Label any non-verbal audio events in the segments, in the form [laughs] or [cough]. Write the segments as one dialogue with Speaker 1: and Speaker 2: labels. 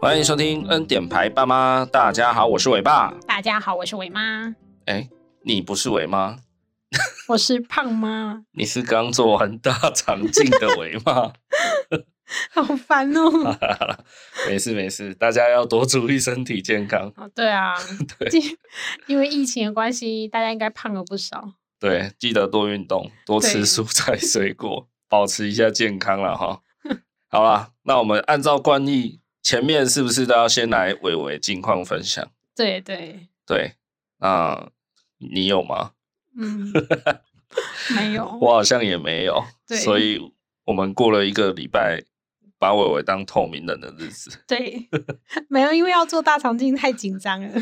Speaker 1: 欢迎收听《恩典牌爸妈》，大家好，我是伟爸。
Speaker 2: 大家好，我是伟妈，
Speaker 1: 哎，你不是伟妈，
Speaker 2: 我是胖妈，
Speaker 1: 你是刚做完大肠镜的伟妈。
Speaker 2: [laughs] 好烦
Speaker 1: 啊
Speaker 2: 哦。
Speaker 1: [laughs] 没事没事，大家要多注意身体健康。
Speaker 2: 哦，对啊，
Speaker 1: 对
Speaker 2: 今因为疫情的关系，大家应该胖了不少。
Speaker 1: 对，记得多运动，多
Speaker 2: 对
Speaker 1: 吃蔬菜水果，保持一下健康了哈。好啦，那我们按照惯例，前面是不是都要先来伟伟近况分享？
Speaker 2: 对对，
Speaker 1: 对，那你有吗？
Speaker 2: 嗯，没有，
Speaker 1: 我好像也没有，
Speaker 2: 哦对
Speaker 1: 所以我们过了一个礼拜，把伟伟当透明人的日子。
Speaker 2: 对，没有，因为要做大肠镜太紧张了，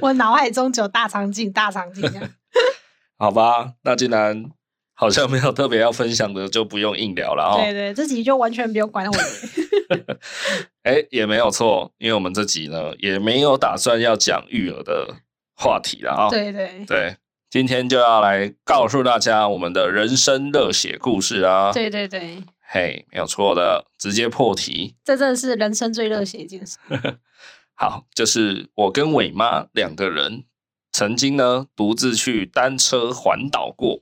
Speaker 2: 我脑海中只有大肠镜、大肠镜这样。
Speaker 1: 好吧，那既然好像没有特别要分享的，就不用硬聊了哦。
Speaker 2: 对对，这集就完全不用管我了。
Speaker 1: 哎，也没有错，因为我们这集呢也没有打算要讲育儿的话题了啊、
Speaker 2: 对对
Speaker 1: 对今天就要来告诉大家我们的人生热血故事啊。，
Speaker 2: 对对对，
Speaker 1: 嘿，没有错的，直接破题。
Speaker 2: 这真的是人生最热血一件事。
Speaker 1: 好，就是我跟伟妈两个人曾经呢独自去单车环岛过。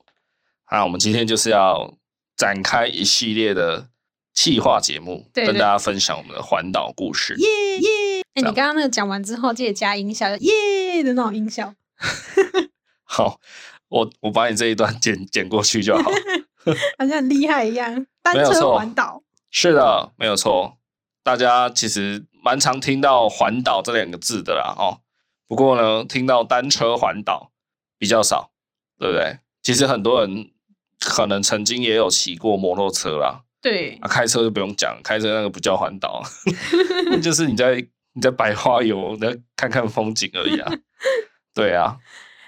Speaker 1: 那我们今天就是要展开一系列的企划节目，
Speaker 2: 对
Speaker 1: 跟
Speaker 2: 对
Speaker 1: 大家分享我们的环岛故事。
Speaker 2: 耶耶！哎，
Speaker 1: 这
Speaker 2: 你
Speaker 1: 样
Speaker 2: 刚刚那个讲完之后，记得加音效，耶的那种音效。
Speaker 1: 好，我我把你这一段剪剪过去就好。
Speaker 2: 好像很厉害一样，单
Speaker 1: 没有
Speaker 2: 车
Speaker 1: 错
Speaker 2: 环岛。
Speaker 1: 是的，没有错。大家其实蛮常听到“环岛”这两个字的啦，哦。不过呢，听到单车环岛比较少，对不对？其实很多人可能曾经也有骑过摩托车啦，
Speaker 2: 对
Speaker 1: 啊，开车就不用讲，开车那个不叫环岛，就是你在你在白花游，在看看风景而已啊。对啊，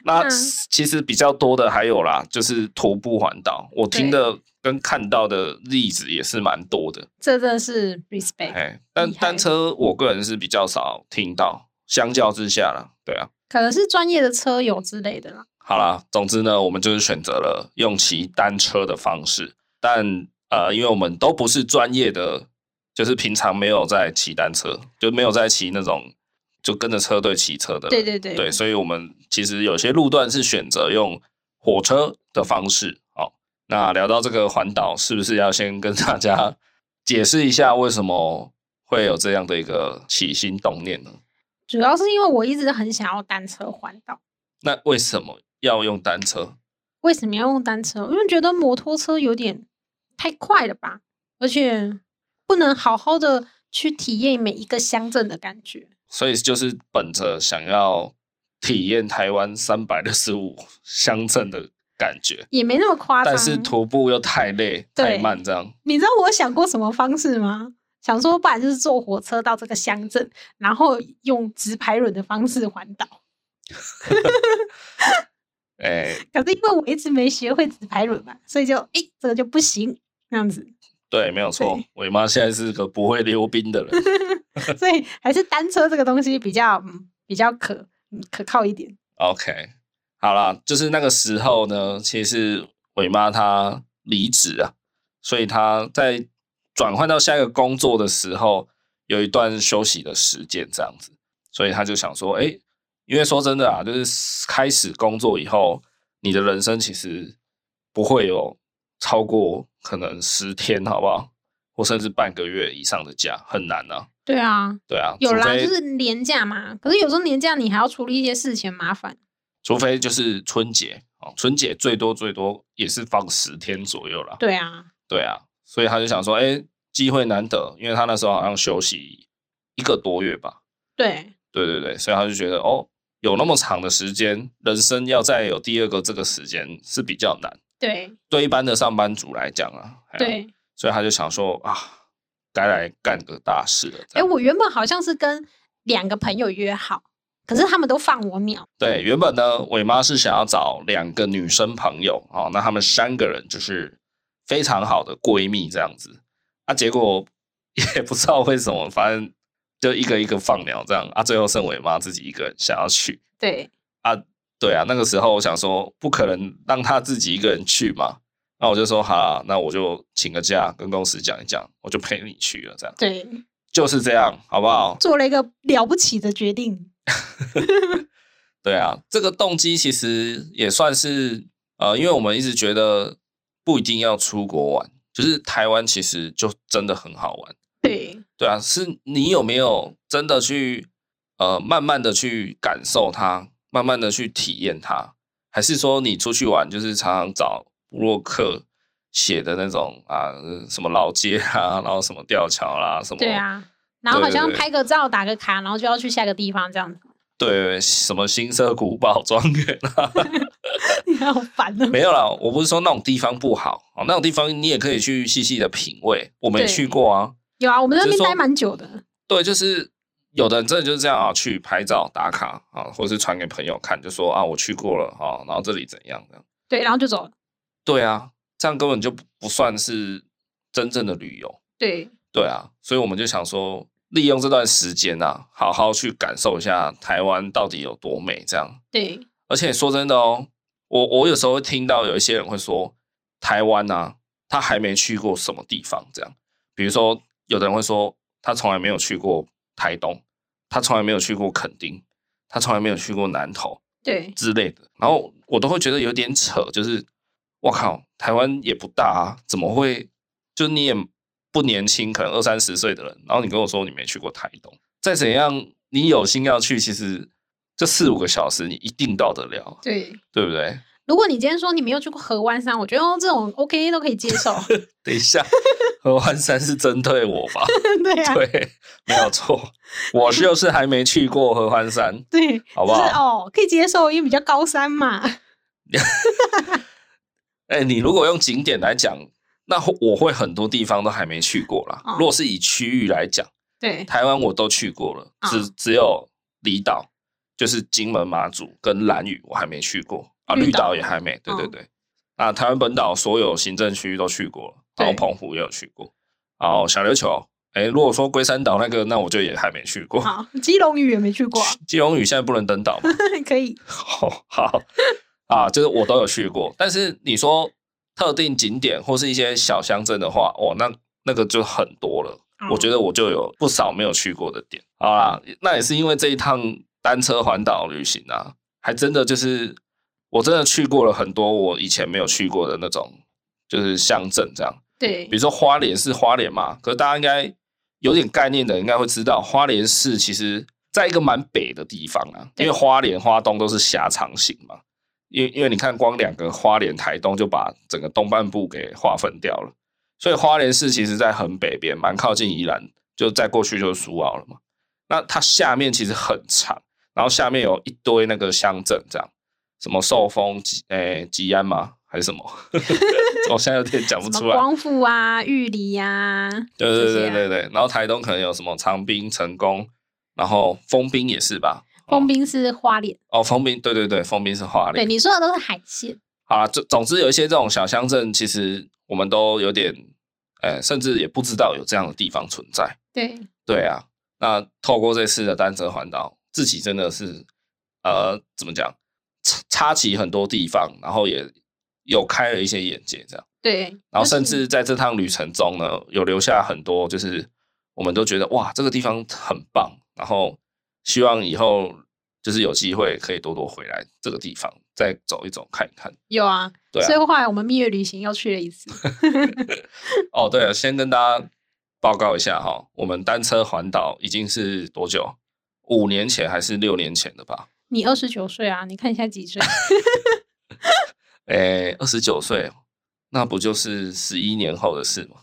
Speaker 1: 那
Speaker 2: 嗯
Speaker 1: 其实比较多的还有啦，就是徒步环岛，我听的跟看到的例子也是蛮多的。
Speaker 2: 这真的是 respect。
Speaker 1: 哎，但
Speaker 2: 厉害
Speaker 1: 单车我个人是比较少听到，相较之下啦，对啊。
Speaker 2: 可能是专业的车友之类的啦。
Speaker 1: 好啦，总之呢，我们就是选择了用骑单车的方式，但呃，因为我们都不是专业的，就是平常没有在骑单车，就没有在骑那种就跟着车队骑车的人，啊
Speaker 2: 对对对，
Speaker 1: 呃对，所以我们其实有些路段是选择用火车的方式。哦，那聊到这个环岛，是不是要先跟大家解释一下为什么会有这样的一个起心动念呢？
Speaker 2: 主要是因为我一直很想要单车环岛。
Speaker 1: 那为什么要用单车？
Speaker 2: 为什么要用单车？因为觉得摩托车有点太快了吧，而且不能好好的去体验每一个乡镇的感觉。
Speaker 1: 所以就是本着想要体验台湾三百六十五乡镇的感觉，
Speaker 2: 也没那么夸张，
Speaker 1: 但是徒步又太累太
Speaker 2: 对
Speaker 1: 慢，这样
Speaker 2: 你知道我想过什么方式吗？想说，不然就是坐火车到这个乡镇，然后用直排轮的方式环岛。
Speaker 1: 哎、
Speaker 2: 可是因为我一直没学会直排轮嘛，所以就诶、这个就不行这
Speaker 1: [laughs]
Speaker 2: 样子，
Speaker 1: 对，没有错
Speaker 2: 对。
Speaker 1: 伟妈现在是个不会溜冰的人。
Speaker 2: 所以还是单车这个东西比较、嗯、比较可、嗯、可靠一点。
Speaker 1: OK，好啦，就是那个时候呢，其实伟妈她离职啊，所以她在转换到下一个工作的时候，有一段休息的时间这样子，所以她就想说，哎、因为说真的啊，就是开始工作以后，你的人生其实不会有超过可能十天，好不好？或甚至半个月以上的假，很难啊。
Speaker 2: 对啊，
Speaker 1: 对啊，
Speaker 2: 有
Speaker 1: 除
Speaker 2: 啦，
Speaker 1: 非
Speaker 2: 就是年假嘛。可是有时候年假你还要处理一些事情，麻烦。
Speaker 1: 除非就是春节哦，春节最多最多也是放十天左右啦。
Speaker 2: 对啊，
Speaker 1: 对啊，所以他就想说，哎、机会难得，因为他那时候好像休息一个多月吧。
Speaker 2: 对
Speaker 1: 对对对，所以他就觉得哦，有那么长的时间，人生要再有第二个这个时间是比较难。
Speaker 2: 对
Speaker 1: 对一般的上班族来讲啊，哎呀，
Speaker 2: 对。
Speaker 1: 所以他就想说啊，该来干个大事了。这
Speaker 2: 哎、
Speaker 1: 样
Speaker 2: 我原本好像是跟两个朋友约好，可是他们都放我鸟。
Speaker 1: 对，原本呢，伟妈是想要找两个女生朋友哦，那她们三个人就是非常好的闺蜜这样子。啊，结果也不知道为什么，反正就一个一个放鸟这样啊，最后剩伟妈自己一个人想要去。
Speaker 2: 对
Speaker 1: 对啊，那个时候我想说，不可能让她自己一个人去嘛，那我就说好啦，那我就请个假，跟公司讲一讲，我就陪你去了这样。
Speaker 2: 对
Speaker 1: 就是这样，好不好？
Speaker 2: 做了一个了不起的决定。
Speaker 1: 对啊，这个动机其实也算是呃，因为我们一直觉得不一定要出国玩，就是台湾其实就真的很好玩。
Speaker 2: 对，
Speaker 1: 对啊，是你有没有真的去呃，慢慢的去感受它，慢慢的去体验它，还是说你出去玩就是常常找布洛克写的那种啊，什么老街啊，然后什么吊桥啦、什么
Speaker 2: 对啊，然后好像拍个照、打个卡，然后就要去下个地方这样子，
Speaker 1: 对什么新社古堡庄园啊，
Speaker 2: [laughs] 你好烦 [laughs] 哦。
Speaker 1: 没有啦，我不是说那种地方不好哦，那种地方你也可以去细细的品味，我没
Speaker 2: 对
Speaker 1: 去过啊。
Speaker 2: 有啊，我们在那
Speaker 1: 只是
Speaker 2: 边
Speaker 1: 说
Speaker 2: 待蛮久的。
Speaker 1: 对，就是有的人真的就是这样啊，去拍照打卡啊，或是传给朋友看，就说啊我去过了啊，然后这里怎样的。
Speaker 2: 对，然后就走了。
Speaker 1: 对啊，这样根本就不不算是真正的旅游。
Speaker 2: 对，
Speaker 1: 对啊，所以我们就想说，利用这段时间啊，好好去感受一下台湾到底有多美。这样，
Speaker 2: 对，
Speaker 1: 而且说真的哦，我我有时候会听到有一些人会说，台湾啊，他还没去过什么地方，这样，比如说有的人会说，他从来没有去过台东，他从来没有去过垦丁，他从来没有去过南投
Speaker 2: 对，
Speaker 1: 之类的，然后我都会觉得有点扯，就是我靠，台湾也不大啊，怎么会？就你也不年轻，可能二三十岁的人，然后你跟我说你没去过台东，再怎样，你有心要去，其实这四五个小时你一定到得了。啊
Speaker 2: 对。
Speaker 1: 对不对？
Speaker 2: 如果你今天说你没有去过河湾山，我觉得哦这种 OK 都可以接
Speaker 1: [laughs]
Speaker 2: 受。
Speaker 1: 等一下，合欢山是针对我吧？
Speaker 2: 对啊，
Speaker 1: 对，没有错，我就是还没去过合欢山，
Speaker 2: 对，
Speaker 1: [laughs] 好不好
Speaker 2: 就是哦，可以接受，因为比较高山嘛。
Speaker 1: 哎、你如果用景点来讲，那我会很多地方都还没去过啦。
Speaker 2: 哦
Speaker 1: 如果是以区域来讲， [laughs]
Speaker 2: 对，
Speaker 1: 台湾我都去过了，
Speaker 2: 嗯
Speaker 1: 只只有离岛，就是金门、马祖跟兰屿我还没去过啊，
Speaker 2: 绿
Speaker 1: 绿
Speaker 2: 岛
Speaker 1: 岛也还没。对对
Speaker 2: 嗯
Speaker 1: 对，那台湾本岛所有行政区都去过了，然后
Speaker 2: 对
Speaker 1: 澎湖也有去过，然后小琉球。哎，如果说龟山岛那个，那我就也还没去过。
Speaker 2: 好，基隆屿也
Speaker 1: [laughs]
Speaker 2: 没去过，
Speaker 1: 基隆屿现在不能登岛
Speaker 2: [laughs]
Speaker 1: 嘛？
Speaker 2: 可以。
Speaker 1: 好好啊，就是我都有去过，但是你说特定景点或是一些小乡镇的话，哦，那那个就很多了。我觉
Speaker 2: 得
Speaker 1: 得我就有不少没有去过的点。好啦，那也是因为这一趟单车环岛旅行啊，还真的就是我真的去过了很多我以前没有去过的那种，就是乡镇这样。
Speaker 2: 对
Speaker 1: 比如说花莲是花莲嘛，可是大家应该有点概念的，应该会知道花莲市其实在一个蛮北的地方啊，
Speaker 2: 对
Speaker 1: 因为花莲、花东都是狭长型嘛。因为因为你看，光两个花莲、台东就把整个东半部给划分掉了，所以花莲市其实在很北边，蛮靠近宜兰，就再过去就是苏澳了嘛。那它下面其实很长，然后下面有一堆那个乡镇，这样什么寿丰、吉诶吉安吗？还是什么？ [laughs] 我现在有点讲不
Speaker 2: 什
Speaker 1: 出
Speaker 2: 么
Speaker 1: 来。
Speaker 2: 光复啊、玉里呀，
Speaker 1: 对对
Speaker 2: 这些
Speaker 1: 对
Speaker 2: 啊
Speaker 1: 对对，然后台东可能有什么长滨、成功，然后丰滨也是吧？
Speaker 2: 工兵是花莲。
Speaker 1: 哦，丰滨，对对对，丰滨是哦花
Speaker 2: 对，
Speaker 1: 莲。
Speaker 2: 你说的都是海鲜。
Speaker 1: 好啦，总总之有一些这种小乡镇，其实我们都有点，呃，甚至也不知道有这样的地方存在。
Speaker 2: 对，
Speaker 1: 对啊，那透过这次的单车环岛，自己真的是，呃，怎么讲，插插起很多地方，然后也有开了一些眼界，这样。
Speaker 2: 对，
Speaker 1: 然后
Speaker 2: 就
Speaker 1: 甚
Speaker 2: 是
Speaker 1: 至在这趟旅程中呢，有留下很多，就是我们都觉得哇，这个地方很棒，然后希望以后就是有机会可以多多回来这个地方，再走一走看一看。
Speaker 2: 有啊。
Speaker 1: 对啊
Speaker 2: 所以后来我们蜜月旅行又去了一次。
Speaker 1: 哦，对了，先跟大家报告一下哈，我们单车环岛已经是多久？五年前还是六年前的吧？
Speaker 2: 你二十九岁啊，你看一下几岁？
Speaker 1: 诶，二十九岁，那不就是十一年后的事吗？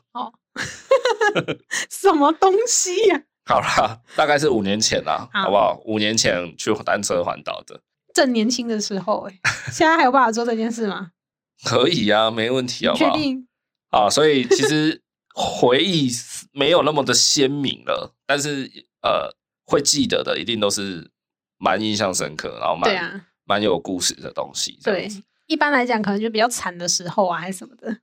Speaker 2: [laughs] 什么东西呀、
Speaker 1: 好啦，大概是五年前啦，
Speaker 2: 好
Speaker 1: 好不好？五年前去单车环岛的。
Speaker 2: 正年轻的时候、欸，现在还有办法做这件
Speaker 1: [laughs]
Speaker 2: 事吗？
Speaker 1: 可以啊，没问题，好
Speaker 2: 你
Speaker 1: 不
Speaker 2: 确
Speaker 1: 好？
Speaker 2: 定？
Speaker 1: 啊，所以其实回忆是没有那么的鲜明了，但是呃，会记得的一定都是蛮印象深刻，然后蛮、
Speaker 2: 对啊，
Speaker 1: 蛮有故事的东西。这样
Speaker 2: 对
Speaker 1: 子，
Speaker 2: 一般来讲可能就比较惨的时候啊，还是什么的。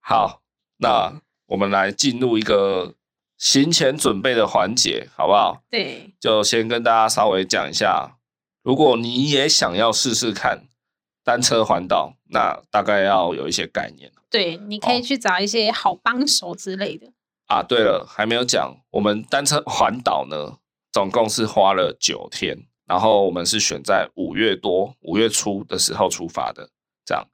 Speaker 1: 好，那我们来进入一个行前准备的环节，好不好？
Speaker 2: 对，
Speaker 1: 就先跟大家稍微讲一下，如果你也想要试试看单车环岛，那大概要有一些概念。
Speaker 2: 对，你可以
Speaker 1: 哦
Speaker 2: 去找一些好帮手之类的。
Speaker 1: 啊，对了，还没有讲，我们单车环岛呢，总共是花了九天，然后我们是选在五月多、五月初的时候出发的，这样。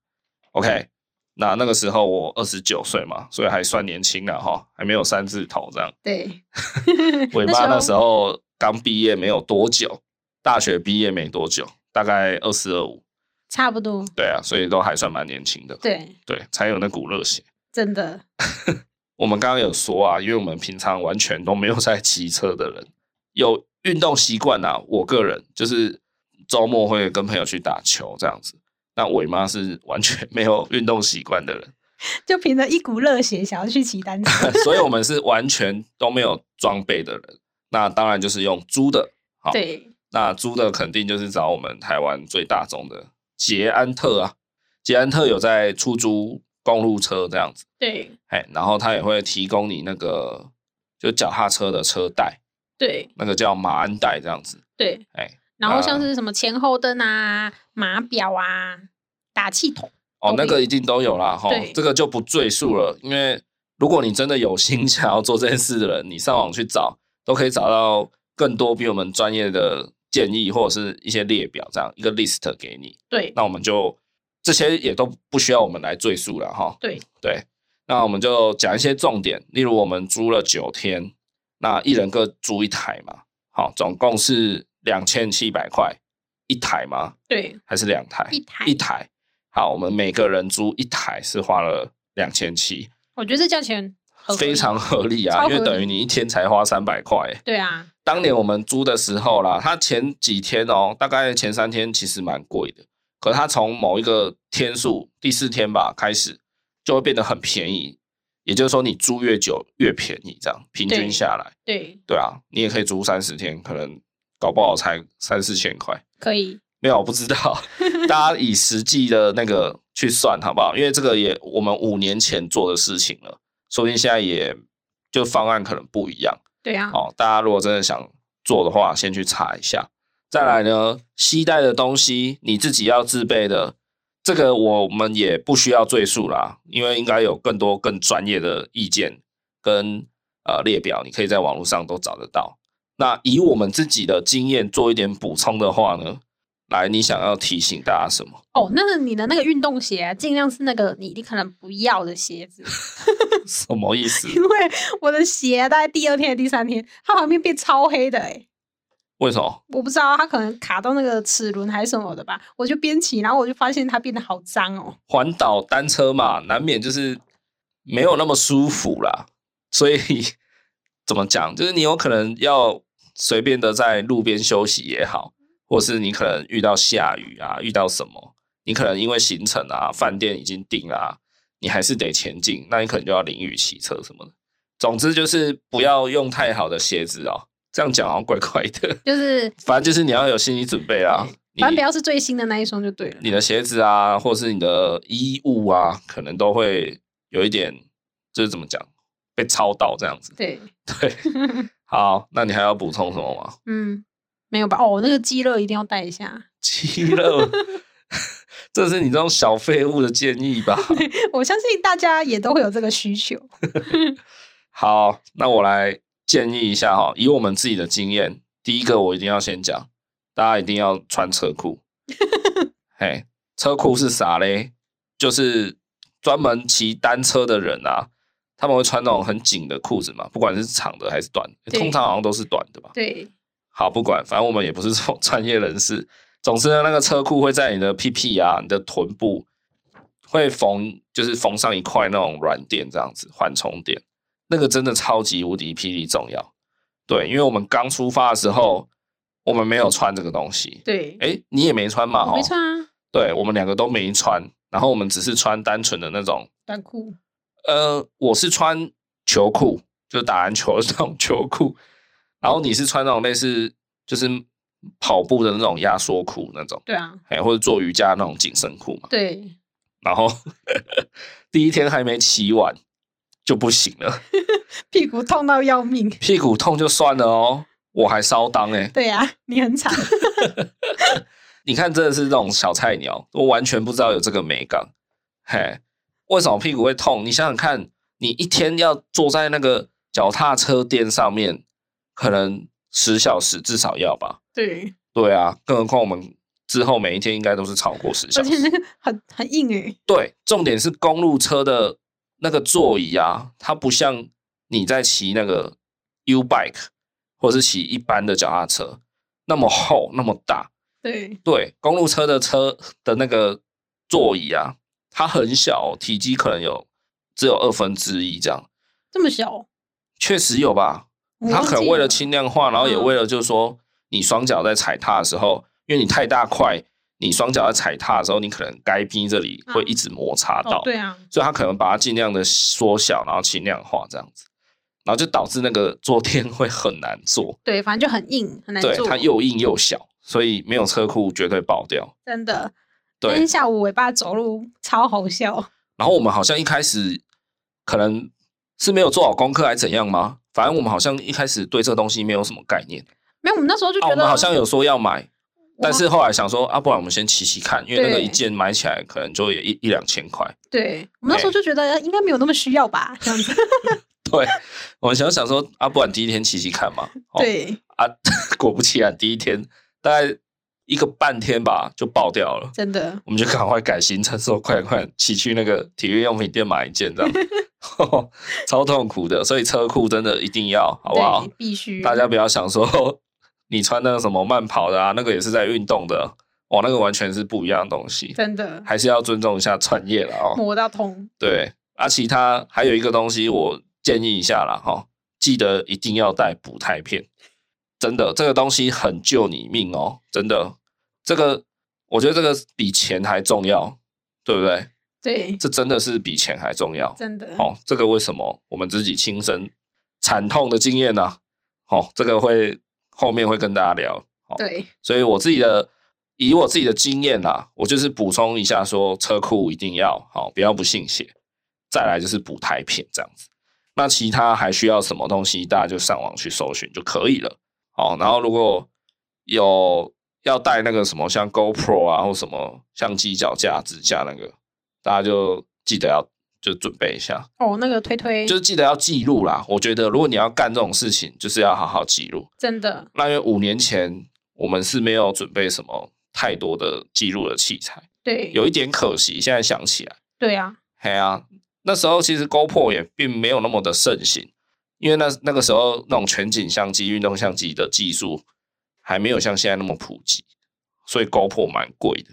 Speaker 1: OK，那那个时候我二十九岁嘛，所以还算年轻了哈，还没有三字头这样。，
Speaker 2: 对
Speaker 1: [laughs] 尾巴那时
Speaker 2: 候
Speaker 1: 候刚毕业没有多久，大学毕业没多久，大概二四二五，
Speaker 2: 差不多，
Speaker 1: 对啊，所以都还算蛮年轻的，
Speaker 2: 对，
Speaker 1: 对，才有那股热血。
Speaker 2: 真的，
Speaker 1: 我们刚刚有说啊，因为我们平常完全都没有在骑车的人，有运动习惯啊。我个人就是周末会跟朋友去打球这样子。那伟妈是完全没有运动习惯的人，
Speaker 2: 就凭着一股热血想要去骑单车。
Speaker 1: 所以我们是完全都没有装备的人。那当然就是用租的，好，
Speaker 2: 对，
Speaker 1: 那租的肯定就是找我们台湾最大宗的捷安特啊。捷安特有在出租公路车这样子。
Speaker 2: 对，
Speaker 1: 哎，然后它也会提供你那个就脚踏车的车带，
Speaker 2: 对，
Speaker 1: 那个叫马鞍带这样子。
Speaker 2: 对。
Speaker 1: 哎，
Speaker 2: 然后像是什么前后灯啊、码表啊、打气筒，
Speaker 1: 哦，
Speaker 2: 都
Speaker 1: 那
Speaker 2: 可
Speaker 1: 个
Speaker 2: 以
Speaker 1: 一定都有啦，哈
Speaker 2: 对，
Speaker 1: 这个就不赘述了，因为如果你真的有心 [laughs] 想要做这件事的人，你上网去找，都可以找到更多比我们专业的建议或者是一些列表这样一个 list 给你。
Speaker 2: 对，
Speaker 1: 那我们就这些也都不需要我们来赘述了哈。
Speaker 2: 对
Speaker 1: 对，那我们就讲一些重点，例如我们租了九天，那一人各租一台嘛，好，总共是两千七百块一台吗？
Speaker 2: 对，
Speaker 1: 还是两台？
Speaker 2: 一台
Speaker 1: 一台。好，我们每个人租一台是花了两千七，
Speaker 2: 我觉得这价钱合
Speaker 1: 非
Speaker 2: 理
Speaker 1: 常合理啊，
Speaker 2: 超合
Speaker 1: 因为等于
Speaker 2: 理
Speaker 1: 你一天才花三百块欸。
Speaker 2: 对啊，
Speaker 1: 当年我们租的时候
Speaker 2: 嗯
Speaker 1: 啦，它前几天哦，大概前三天其实蛮贵的，可它从某一个天数，第四天吧开始，就会变得很便宜。也就是说，你租越久越便宜，这样平均
Speaker 2: 对
Speaker 1: 下来，
Speaker 2: 对，
Speaker 1: 对啊，你也可以租三十天，可能搞不好才三四千块。
Speaker 2: 可以，
Speaker 1: 没有，我不知道，大家以实际的那个去算好不好？因为这个也我们五年前做的事情了，说不定现在也就方案可能不一样。
Speaker 2: 对啊，
Speaker 1: 哦，大家如果真的想做的话，先去查一下。再来呢，携带的东西你自己要自备的，这个我们也不需要赘述啦，因为应该有更多更专业的意见跟呃列表，你可以在网络上都找得到。那以我们自己的经验做一点补充的话呢，来，你想要提醒大家什么？ [laughs]
Speaker 2: 哦，那你的那个运动鞋、啊，尽量是那个你你可能不要的
Speaker 1: [laughs]
Speaker 2: 鞋子，
Speaker 1: 什么意思？
Speaker 2: 因为我的鞋、啊、大概第二天、第三天，它旁边变超黑的、欸，
Speaker 1: 为什么？
Speaker 2: 我不知道它可能卡到那个齿轮还是什么的吧。我就边骑，然后我就发现它变得好脏哦。
Speaker 1: 环岛单车嘛，难免就是没有那么舒服啦。所以怎么讲，就是你有可能要随便的在路边休息也好，或是你可能遇到下雨啊，遇到什么，你可能因为行程啊、饭店已经定啦、你还是得前进，那你可能就要淋雨骑车什么的。总之就是不要用太好的鞋子哦，这样讲好像怪怪的。
Speaker 2: 就是
Speaker 1: 反正就是你要有心理准备啦。
Speaker 2: 反正
Speaker 1: 你
Speaker 2: 不要是最新的那一双就对了。
Speaker 1: 你的鞋子啊，或是你的衣物啊，可能都会有一点，就是怎么讲，被操到这样子。
Speaker 2: 对，
Speaker 1: 对，好，那你还要补充什么吗？ [laughs]
Speaker 2: 嗯，没有吧？哦，那个肌肉一定要带一下。 [laughs]
Speaker 1: 肌肉， [laughs] 这是你这种小废物的建议吧？
Speaker 2: 我相信大家也都会有这个需求。
Speaker 1: 好，那我来建议一下哈，以我们自己的经验，第一个我一定要先讲，大家一定要穿车裤。嘿，车裤是啥嘞？就是专门骑单车的人啊，他们会穿那种很紧的裤子嘛，不管是长的还是短的，
Speaker 2: 对
Speaker 1: 通常好像都是短的吧。
Speaker 2: 对，
Speaker 1: 好，不管，反正我们也不是这种 [laughs] 专业人士。总之呢，那个车库会在你的屁屁啊、你的臀部会缝，就是缝上一块那种软垫，这样子缓冲垫。那个真的超级无敌霹雳重要。对，因为我们刚出发的时候，我们没有穿这个东西。
Speaker 2: 对，
Speaker 1: 哎、哦你也没穿嘛？
Speaker 2: 我没
Speaker 1: 吼
Speaker 2: 穿啊，
Speaker 1: 对，我们两个都没穿，然后我们只是穿单纯的那种
Speaker 2: 短裤。
Speaker 1: 呃，我是穿球裤，就是打篮球的那种球裤，然后你是穿那种类似就是跑步的那种压缩裤那种，
Speaker 2: 对啊，
Speaker 1: 哎，或者做瑜伽那种紧身裤嘛。
Speaker 2: 对，
Speaker 1: 然后 [laughs] 第一天还没骑完就不行了，
Speaker 2: [laughs] 屁股痛到要
Speaker 1: [laughs]
Speaker 2: 命。
Speaker 1: 屁股痛就算了哦，我还烧裆哎、
Speaker 2: 对呀、啊，你很惨。
Speaker 1: 你看，真的是这种小菜鸟，我完全不知道有这个美感。嘿，为什么屁股会痛？你想想看，你一天要坐在那个脚踏车店上面可能十小时至少要吧？
Speaker 2: 对，
Speaker 1: [laughs] 对啊，更何况我们之后每一天应该都是超过十小
Speaker 2: 而
Speaker 1: 时
Speaker 2: 且。那个很很硬哎、
Speaker 1: 对，重点是公路车的那个座椅啊，它不像你在骑那个 U bike 或是骑一般的脚踏车那么厚那么大。
Speaker 2: 对，
Speaker 1: 对，公路车的车的那个座椅啊，它很小、体积可能有只有二分之一这样，
Speaker 2: 这么小，
Speaker 1: 确实有吧？
Speaker 2: 我
Speaker 1: 它
Speaker 2: 忘
Speaker 1: 可能
Speaker 2: 记
Speaker 1: 为了轻量化，然后也
Speaker 2: 嗯
Speaker 1: 为了就是说你双脚在踩踏的时候，因为你太大块，你双脚在踩踏的时候，你可能该拼这里会一直摩擦到。
Speaker 2: 嗯哦，对啊，
Speaker 1: 所以它可能把它尽量的缩小，然后轻量化这样子，然后就导致那个坐垫会很难坐，
Speaker 2: 对，反正就很硬，很难
Speaker 1: 对，
Speaker 2: 做，
Speaker 1: 它又硬又小，所以没有车库绝对爆掉。
Speaker 2: 真的。那
Speaker 1: 对
Speaker 2: 天，下午尾巴走路超好笑，
Speaker 1: 然后我们好像一开始可能是没有做好功课，还怎样吗？反正我们好像一开始对这东西没有什么概念，
Speaker 2: 没有，我们那时候就
Speaker 1: 啊，
Speaker 2: 觉
Speaker 1: 我
Speaker 2: 得、
Speaker 1: 们好像有说要买，
Speaker 2: 哇
Speaker 1: 但是后来想说，啊，不然我们先骑骑看，因为那个
Speaker 2: 对
Speaker 1: 一件买起来可能就也一一两千块，
Speaker 2: 对，我们那时候就觉得应该没有那么需要吧，这样子。
Speaker 1: 对，我们想想说，啊，不然第一天骑骑看嘛，哦，
Speaker 2: 对，
Speaker 1: 啊， [laughs] 果不其然，第一天大概一个半天吧就爆掉了，
Speaker 2: 真的
Speaker 1: 我们就赶快改行程，说快快骑去那个体育用品店买一件，这样、 [laughs] 超痛苦的。所以车库真的一定要，好不好
Speaker 2: 对？必须
Speaker 1: 大家不要想说 [laughs] 你穿那个什么慢跑的啊，那个也是在运动的，哇，那个完全是不一样的东西，
Speaker 2: 真的嗯
Speaker 1: 还是要尊重一下专业了哦。
Speaker 2: 磨到痛，
Speaker 1: 对，啊，其他还有一个东西，我建议一下啦，哈、记得一定要带补钛片，真的，这个东西很救你命哦，真的，这个我觉得这个比钱还重要，对不对？
Speaker 2: 对，
Speaker 1: 这真的是比钱还重要。
Speaker 2: 真的
Speaker 1: 哦，这个为什么我们自己亲身惨痛的经验呢、哦，这个会后面会跟大家聊。哦，
Speaker 2: 对，
Speaker 1: 所以我自己的以我自己的经验啦，我就是补充一下说，车库一定要好，不要不信邪。再来就是补胎片这样子。那其他还需要什么东西，大家就上网去搜寻就可以了。好，然后如果有要带那个什么像 GoPro 啊或什么相机脚架、支架那个，大家就记得要就准备一下，
Speaker 2: 哦，那个推推
Speaker 1: 就是记得要记录啦。我觉得如果你要干这种事情，就是要好好记录。
Speaker 2: 真的
Speaker 1: 那因为五年前我们是没有准备什么太多的记录的器材，
Speaker 2: 对，
Speaker 1: 有一点可惜。现在想起来，
Speaker 2: 对啊，
Speaker 1: 嘿啊，那时候其实 GoPro 也并没有那么的盛行，因为那那个时候那种全景相机、运动相机的技术还没有像现在那么普及，所以 GoPro 蛮贵的。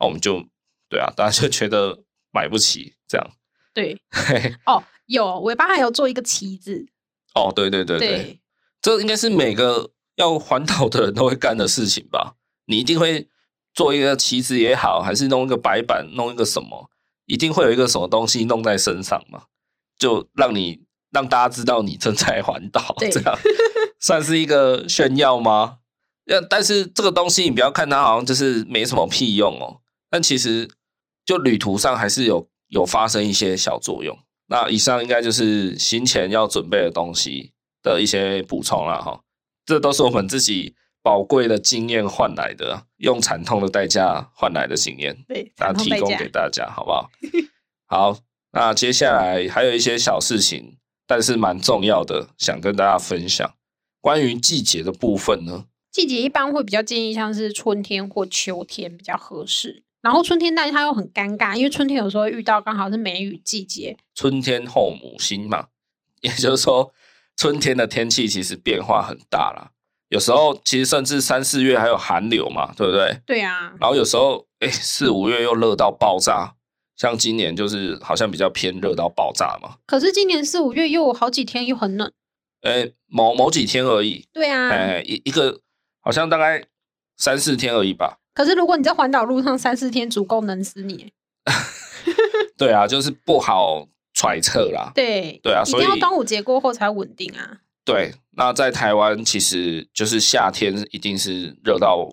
Speaker 1: 那我们就对啊，大家就觉得买不起这样。
Speaker 2: 对
Speaker 1: 嘿嘿
Speaker 2: 哦，有尾巴还有做一个旗子，
Speaker 1: 哦，对对对对，这应该是每个要环岛的人都会干的事情吧？你一定会做一个旗子也好，还是弄一个白板，弄一个什么，一定会有一个什么东西弄在身上嘛，就让你让大家知道你正在环岛，
Speaker 2: 对
Speaker 1: 这样算是一个炫耀吗？要，但是这个东西你不要看它好像就是没什么屁用哦，但其实就旅途上还是有有发生一些小作用。那以上应该就是行前要准备的东西的一些补充了哈，这都是我们自己宝贵的经验换来的，用惨痛的代价换来的经验，
Speaker 2: 对，
Speaker 1: 那
Speaker 2: 然后
Speaker 1: 提
Speaker 2: 代
Speaker 1: 供
Speaker 2: 价
Speaker 1: 给大家好不
Speaker 2: [laughs]
Speaker 1: 好？好，那接下来还有一些小事情，但是蛮重要的，想跟大家分享。关于季节的部分呢，
Speaker 2: 季节一般会比较建议像是春天或秋天比较合适。然后春天，但是它又很尴尬，因为春天有时候会遇到刚好是梅雨季节，
Speaker 1: 春天后母心嘛，也就是说，春天的天气其实变化很大啦。有时候其实甚至三四月还有寒流嘛，对不对？
Speaker 2: 对啊，
Speaker 1: 然后有时候哎四五月又热到爆炸，像今年就是好像比较偏热到爆炸嘛。
Speaker 2: 可是今年四五月又有好几天又很冷，
Speaker 1: 哎，某某几天而已，
Speaker 2: 对啊，
Speaker 1: 哎一一个好像大概三四天而已吧。
Speaker 2: 可是如果你在环岛路上三四天，足够冷死你。
Speaker 1: 对啊，就是不好揣测啦。
Speaker 2: 对
Speaker 1: 对啊
Speaker 2: 一
Speaker 1: 所
Speaker 2: 定
Speaker 1: 以
Speaker 2: 要端午节过后才稳定
Speaker 1: [laughs]
Speaker 2: 啊。
Speaker 1: 对，那在台湾其实就是夏天一定是热到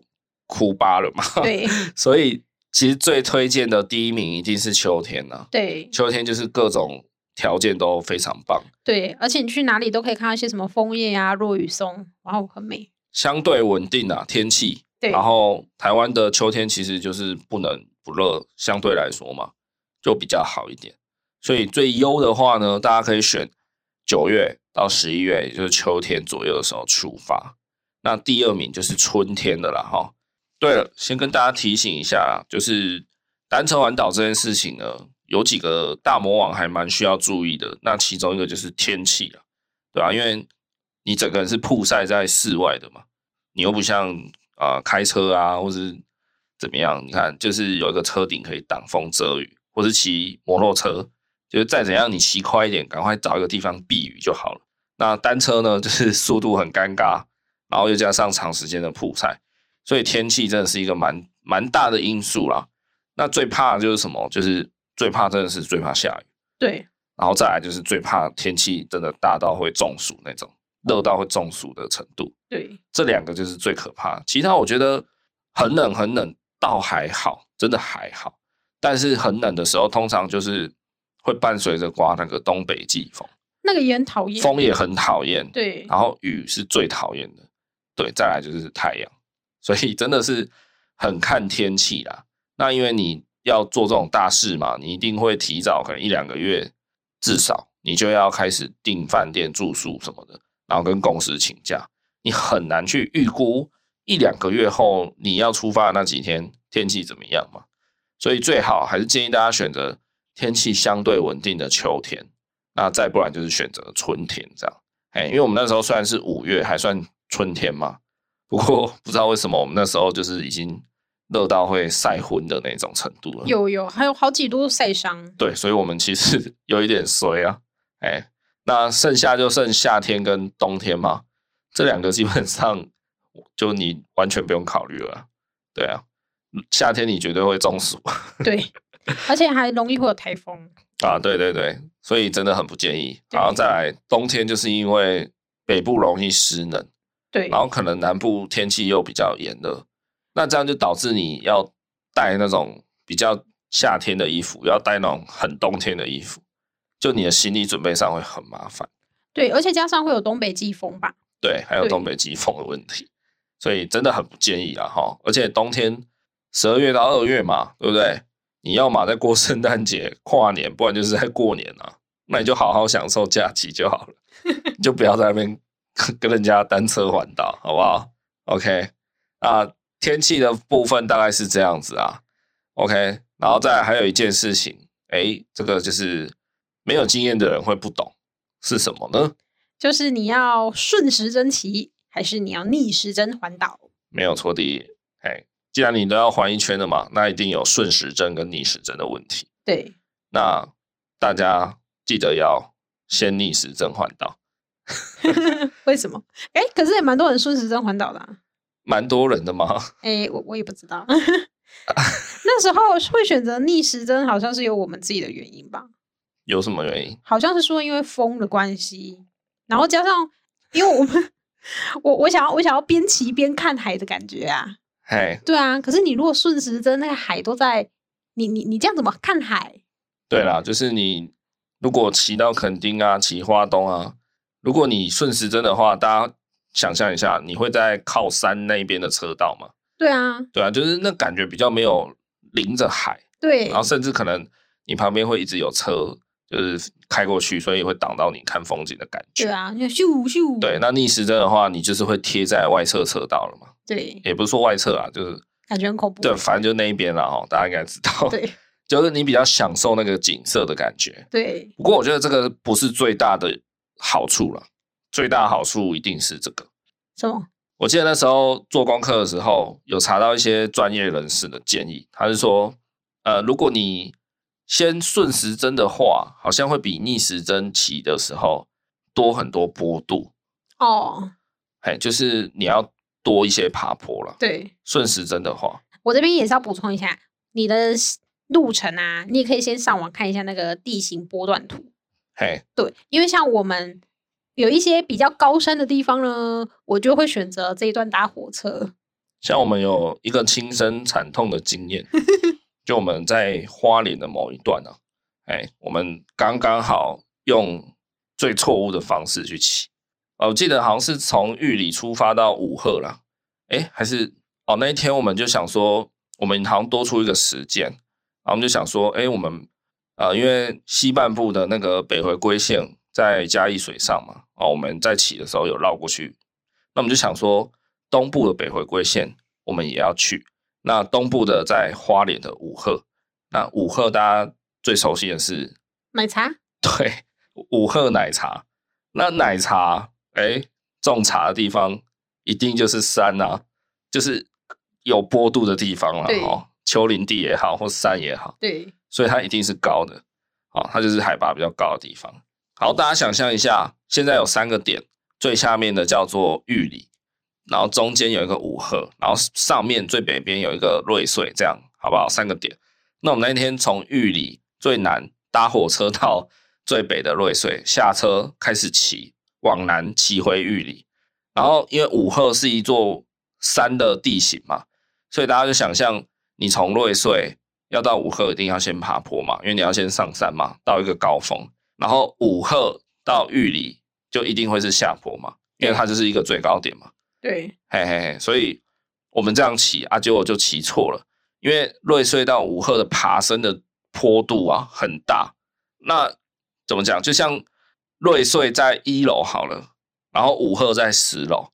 Speaker 1: 哭巴了嘛。
Speaker 2: 对
Speaker 1: [laughs] 所以其实最推荐的第一名一定是秋天呐、
Speaker 2: 对
Speaker 1: 秋天就是各种条件都非常棒，
Speaker 2: 对，而且你去哪里都可以看到一些什么枫叶啊、落羽松，然后很美。
Speaker 1: 相对稳定啊天气。
Speaker 2: 对，
Speaker 1: 然后台湾的秋天其实就是不冷不热，相对来说嘛就比较好一点。所以最优的话呢，大家可以选九月到十一月，也就是秋天左右的时候出发。那第二名就是春天的了哈。对了，先跟大家提醒一下，就是单车环岛这件事情呢，有几个大魔王还蛮需要注意的。那其中一个就是天气了，对啊吧、因为你整个人是曝晒在室外的嘛，你又不像啊、呃开车啊，或是怎么样，你看就是有一个车顶可以挡风遮雨，或是骑摩托车，就是再怎样你骑快一点，赶快找一个地方避雨就好了。那单车呢， [laughs] 就是速度很尴尬，然后又加上长时间的曝晒，所以天气真的是一个蛮蛮大的因素啦。那最怕的就是什么？就是最怕真的是最怕下雨，
Speaker 2: 对，
Speaker 1: 然后再来就是最怕天气真的大到会中暑那种，热到会中暑的程度。
Speaker 2: 对，
Speaker 1: 这两个就是最可怕的。其他我觉得很冷很冷倒还好，真的还好。但是很冷的时候，通常就是会伴随着刮那个东北季风，
Speaker 2: 那个也很讨厌。
Speaker 1: 风也很啊讨厌，
Speaker 2: 对，
Speaker 1: 然后雨是最讨厌的，对，再来就是太阳，所以真的是很看天气啦。那因为你要做这种大事嘛，你一定会提早可能一两个月，至少你就要开始订饭店、住宿什么的，然后跟公司请假，你很难去预估一两个月后你要出发的那几天天气怎么样嘛。所以最好还是建议大家选择天气相对稳定的秋天，那再不然就是选择春天这样。哎，因为我们那时候虽然是五月，还算春天嘛，不过不知道为什么我们那时候就是已经热到会晒昏的那种程度了。
Speaker 2: 有有，还有好几度晒伤。
Speaker 1: 对，所以我们其实 [laughs] 有一点衰啊，哎，那剩下就剩夏天跟冬天嘛，这两个基本上就你完全不用考虑了啊，对啊，夏天你绝对会中暑
Speaker 2: 对， [laughs] 而且还容易会有台风。
Speaker 1: 啊，对对对，所以真的很不建议。
Speaker 2: 对
Speaker 1: 然后再来冬天，就是因为北部容易湿冷，
Speaker 2: 对
Speaker 1: 然，后可能南部天气又比较炎热，那这样就导致你要带那种比较夏天的衣服，要带那种很冬天的衣服，就你的行李准备上会很麻烦。
Speaker 2: 对，而且加上会有东北季风吧？
Speaker 1: 对，还有
Speaker 2: 对
Speaker 1: 东北季风的问题，所以真的很不建议啊哈。而且冬天十二月到二月嘛，对不对？你要嘛在过圣诞节、跨年，不然就是在过年啊。那你就好好享受假期就好了，你就不要在那边跟人家单车环岛，好不好？OK，啊，天气的部分大概是这样子啊。OK，然后再来还有一件事情，诶，这个就是没有经验的人会不懂是什么呢？
Speaker 2: 就是你要顺时针骑，还是你要逆时针环岛？
Speaker 1: 没有错第一。哎，既然你都要环一圈的嘛，那一定有顺时针跟逆时针的问题。
Speaker 2: 对，
Speaker 1: 那大家记得要先逆时针环岛，
Speaker 2: 为什么？哎，可是也蛮多人顺时针环岛的、啊。
Speaker 1: 蛮多人的嘛。
Speaker 2: 哎，我我也不知道。 [laughs] 那时候会选择逆时针，好像是有我们自己的原因吧？
Speaker 1: 有什么原因？
Speaker 2: 好像是说因为风的关系，然后加上因为我们，我我想要我想要边骑边看海的感觉啊。
Speaker 1: 嘿，
Speaker 2: 对啊，可是你如果顺时针，那个海都在你你你这样怎么看海？
Speaker 1: 对啦，就是你如果骑到垦丁啊，骑花东啊，如果你顺时针的话，大家想象一下，你会在靠山那边的车道嘛？
Speaker 2: 对啊，
Speaker 1: 对啊，就是那感觉比较没有临着海。
Speaker 2: 对
Speaker 1: 然后甚至可能你旁边会一直有车，就是开过去，所以会挡到你看风景的感觉。
Speaker 2: 对啊，你看咻咻，
Speaker 1: 对那逆时针的话，你就是会贴在外侧车道了嘛？
Speaker 2: 对，
Speaker 1: 也不是说外侧啊，就是
Speaker 2: 感觉很恐怖。
Speaker 1: 对，反正就那一边了哦，大家应该知道。
Speaker 2: 对
Speaker 1: [laughs] 就是你比较享受那个景色的感觉。
Speaker 2: 对
Speaker 1: 不过我觉得这个不是最大的好处了，最大的好处一定是这个。
Speaker 2: 什么？
Speaker 1: 我记得那时候做功课的时候，有查到一些专业人士的建议，他是说，呃，如果你先顺时针的话，好像会比逆时针骑的时候多很多坡度，
Speaker 2: 哦，
Speaker 1: 哎，就是你要多一些爬坡了。
Speaker 2: 对
Speaker 1: 顺时针的话，
Speaker 2: 我这边也是要补充一下，你的路程啊，你也可以先上网看一下那个地形波段图。
Speaker 1: 嘿，
Speaker 2: 对，因为像我们有一些比较高山的地方呢，我就会选择这一段搭火车。
Speaker 1: 像我们有一个亲身惨痛的经验，就我们在花莲的某一段啊，哎，我们刚刚好用最错误的方式去骑。哦，我记得好像是从玉里出发到五鹤啦，哎，还是哦那一天我们就想说，我们好像多出一个时间，啊然后我们就想说，哎，我们呃因为西半部的那个北回归线在嘉义水上嘛，哦，我们在骑的时候有绕过去，那我们就想说，东部的北回归线我们也要去，那东部的在花莲的五鹤，那五鹤大家最熟悉的是
Speaker 2: 买茶
Speaker 1: 对，五鹤奶茶。那奶茶，哎，种茶的地方一定就是山啊，就是有坡度的地方了
Speaker 2: 对
Speaker 1: 哦，丘陵地也好，或山也好，
Speaker 2: 对，
Speaker 1: 所以它一定是高的。哦，它就是海拔比较高的地方。好，大家想象一下，现在有三个点，最下面的叫做玉里，然后中间有一个五鹤，然后上面最北边有一个瑞穗，这样好不好？三个点。那我们那天从玉里最南搭火车到最北的瑞穗，下车开始骑，往南骑回玉里。然后因为五鹤是一座山的地形嘛，所以大家就想象你从瑞穗要到五鹤，一定要先爬坡嘛，因为你要先上山嘛，到一个高峰。然后五鹤到玉里就一定会是下坡嘛，因为它就是一个最高点嘛。
Speaker 2: 对，
Speaker 1: 嘿嘿嘿，所以我们这样骑啊，结果就骑错了，因为瑞穗到五鹤的爬升的坡度啊很大，那怎么讲？就像瑞穗在一楼好了，然后五鹤在十楼，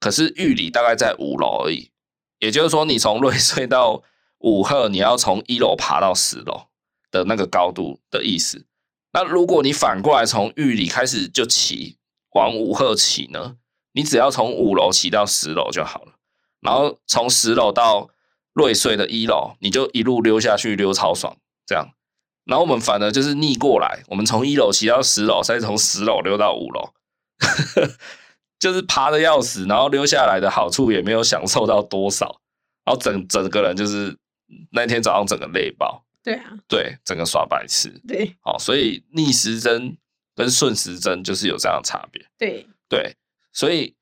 Speaker 1: 可是玉里大概在五楼而已，也就是说，你从瑞穗到五鹤，你要从一楼爬到十楼的那个高度的意思。那如果你反过来从玉里开始就骑往五鹤骑呢，你只要从五楼骑到十楼就好了，然后从十楼到瑞穗的一楼，你就一路溜下去，溜超爽这样。然后我们反而就是逆过来，我们从一楼骑到十楼，再从十楼溜到五楼， [laughs] 就是爬的要死，然后溜下来的好处也没有享受到多少，然后整整个人就是那天早上整个累爆，
Speaker 2: 对啊，
Speaker 1: 对，整个耍白痴。
Speaker 2: 对
Speaker 1: 好，所以逆时针跟顺时针就是有这样的差别。
Speaker 2: 对
Speaker 1: 对，所以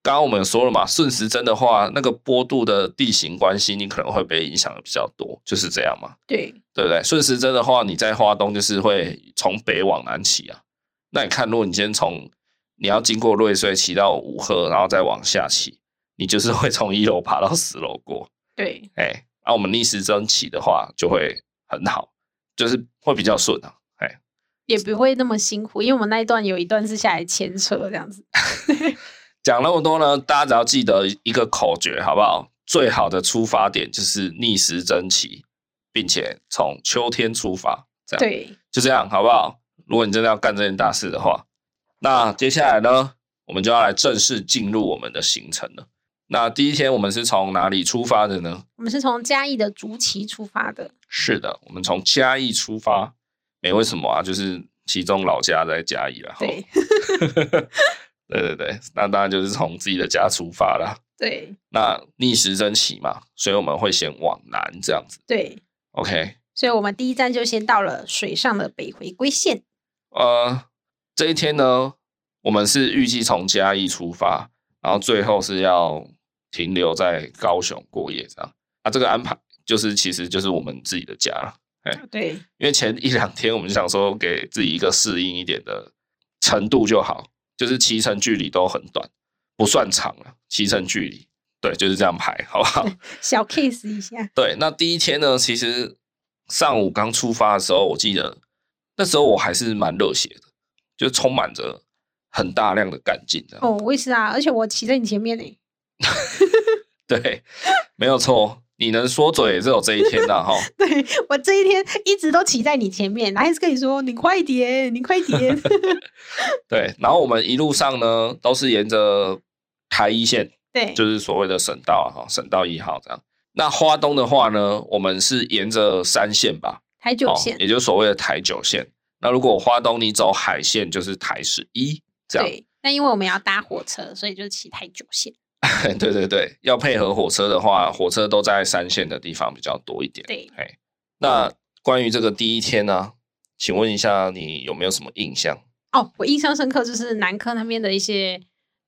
Speaker 1: 刚刚我们有说了嘛，顺时针的话，那个坡度的地形关系，你可能会被影响的比较多，就是这样嘛，
Speaker 2: 对
Speaker 1: 对不对？顺时针的话，你在花东就是会从北往南骑啊。那你看，如果你今天从你要经过瑞穗骑到五鹤，然后再往下骑，你就是会从一楼爬到十楼过。
Speaker 2: 对
Speaker 1: 哎，那、我们逆时针骑的话，就会很好，就是会比较顺啊。哎，
Speaker 2: 也不会那么辛苦，因为我们那一段有一段是下来牵车这样子。
Speaker 1: 讲那么多呢，大家只要记得一个口诀，好不好？最好的出发点就是逆时针骑，并且从秋天出发，这样
Speaker 2: 对，啊
Speaker 1: 就这样，好不好？如果你真的要干这件大事的话，那接下来呢，我们就要来正式进入我们的行程了。那第一天我们是从哪里出发的呢？
Speaker 2: 我们是从嘉义的竹崎出发的。
Speaker 1: 是的，我们从嘉义出发，没为什么啊，就是其中老家在嘉义了。
Speaker 2: 对 [laughs]
Speaker 1: 对对对，那当然就是从自己的家出发啦。
Speaker 2: 对
Speaker 1: 那逆时针骑嘛，所以我们会先往南这样子。
Speaker 2: 对，
Speaker 1: OK，
Speaker 2: 所以我们第一站就先到了水上的北回归线。
Speaker 1: 呃，这一天呢，我们是预计从嘉义出发，然后最后是要停留在高雄过夜这样。啊，这个安排就是其实就是我们自己的家了，
Speaker 2: 对
Speaker 1: 因为前一两天我们就想说给自己一个适应一点的程度就好，就是骑乘距离都很短，不算长了，骑乘距离，对，就是这样排，好不好？
Speaker 2: 小 case 一下。
Speaker 1: 对，那第一天呢，其实上午刚出发的时候，我记得那时候我还是蛮热血的，就充满着很大量的干劲的。
Speaker 2: 哦，我也是啊，而且我骑在你前面呢。
Speaker 1: [laughs] 对，没有错，你能说嘴也只有这一天了哈。
Speaker 2: [laughs] 对我这一天一直都骑在你前面，然后一直跟你说你快点，你快
Speaker 1: [laughs]
Speaker 2: 点。
Speaker 1: 对，然后我们一路上呢，都是沿着台一线，
Speaker 2: 对
Speaker 1: 就是所谓的省道啊，哈，省道一号这样。那花东的话呢，我们是沿着山线吧，
Speaker 2: 台九
Speaker 1: 哦
Speaker 2: 线，，
Speaker 1: 也就是所谓的台九线。那如果花东你走海线，就是台十一这样。
Speaker 2: 对。那因为我们要搭火车，所以就骑台九线。
Speaker 1: 对对对，要配合火车的话，火车都在三线的地方比较多一点。
Speaker 2: 对，
Speaker 1: 嘿，那关于这个第一天呢、请问一下你有没有什么印象？
Speaker 2: 哦，我印象深刻就是南科那边的一些，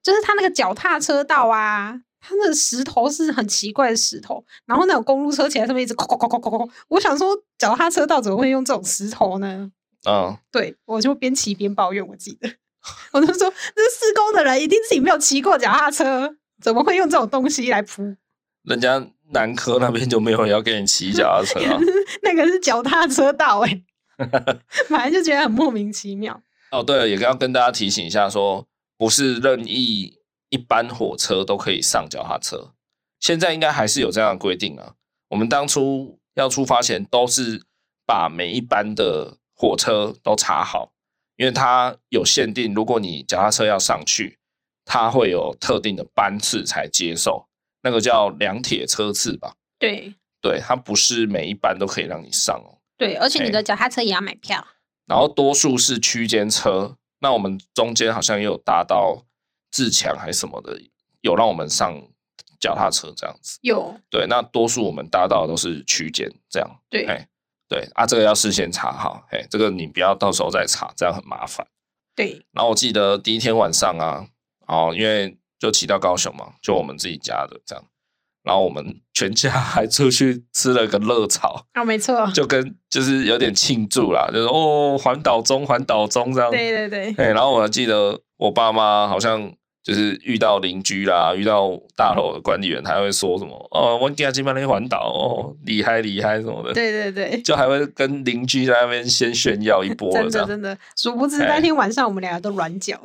Speaker 2: 就是它那个脚踏车道啊，它那个石头是很奇怪的石头，然后那种公路车起来上面一直哐哐哐哐哐哐，我想说脚踏车道怎么会用这种石头呢？
Speaker 1: 嗯，
Speaker 2: 对我就边骑边抱怨，我记得， [laughs] 我就说这施工的人一定自己没有骑过脚踏车，怎么会用这种东西来铺？
Speaker 1: 人家南科那边就没有人要给你骑脚踏车
Speaker 2: [laughs]
Speaker 1: 啊。 [laughs]
Speaker 2: 那个是脚踏车道哎、欸，反正就觉得很莫名其妙。
Speaker 1: 哦，对了，也要跟大家提醒一下说不是任意一般火车都可以上脚踏车，现在应该还是有这样的规定啊。我们当初要出发前都是把每一班的火车都查好，因为它有限定，如果你脚踏车要上去，它会有特定的班次才接受，那个叫两铁车次吧。
Speaker 2: 对
Speaker 1: 对，它不是每一班都可以让你上哦。
Speaker 2: 对，而且你
Speaker 1: 哎
Speaker 2: 的脚踏车也要买票。
Speaker 1: 然后多数是区间车。那我们中间好像也有搭到自强还是什么的，有让我们上脚踏车这样子。
Speaker 2: 有
Speaker 1: 对，那多数我们搭到的都是区间这样。
Speaker 2: 对
Speaker 1: 哎对啊，这个要事先查好，哎，这个你不要到时候再查，这样很麻烦。
Speaker 2: 对
Speaker 1: 然后我记得第一天晚上啊，哦，因为就骑到高雄嘛，就我们自己家的这样，然后我们全家还出去吃了个热炒，
Speaker 2: 啊，没错，
Speaker 1: 就跟就是有点庆祝啦，就是哦环岛中环岛中这样。
Speaker 2: 对对对
Speaker 1: 哎，然后我还记得我爸妈好像就是遇到邻居啦，遇到大楼的管理员，还会说什么哦，我给他金班那环岛哦，厉害厉害什么的，
Speaker 2: 对对对，
Speaker 1: 就还会跟邻居在那边先炫耀一波了
Speaker 2: 真
Speaker 1: 这
Speaker 2: 的
Speaker 1: 样。
Speaker 2: 真的，殊不知
Speaker 1: 哎
Speaker 2: 那天晚上我们两个都软脚。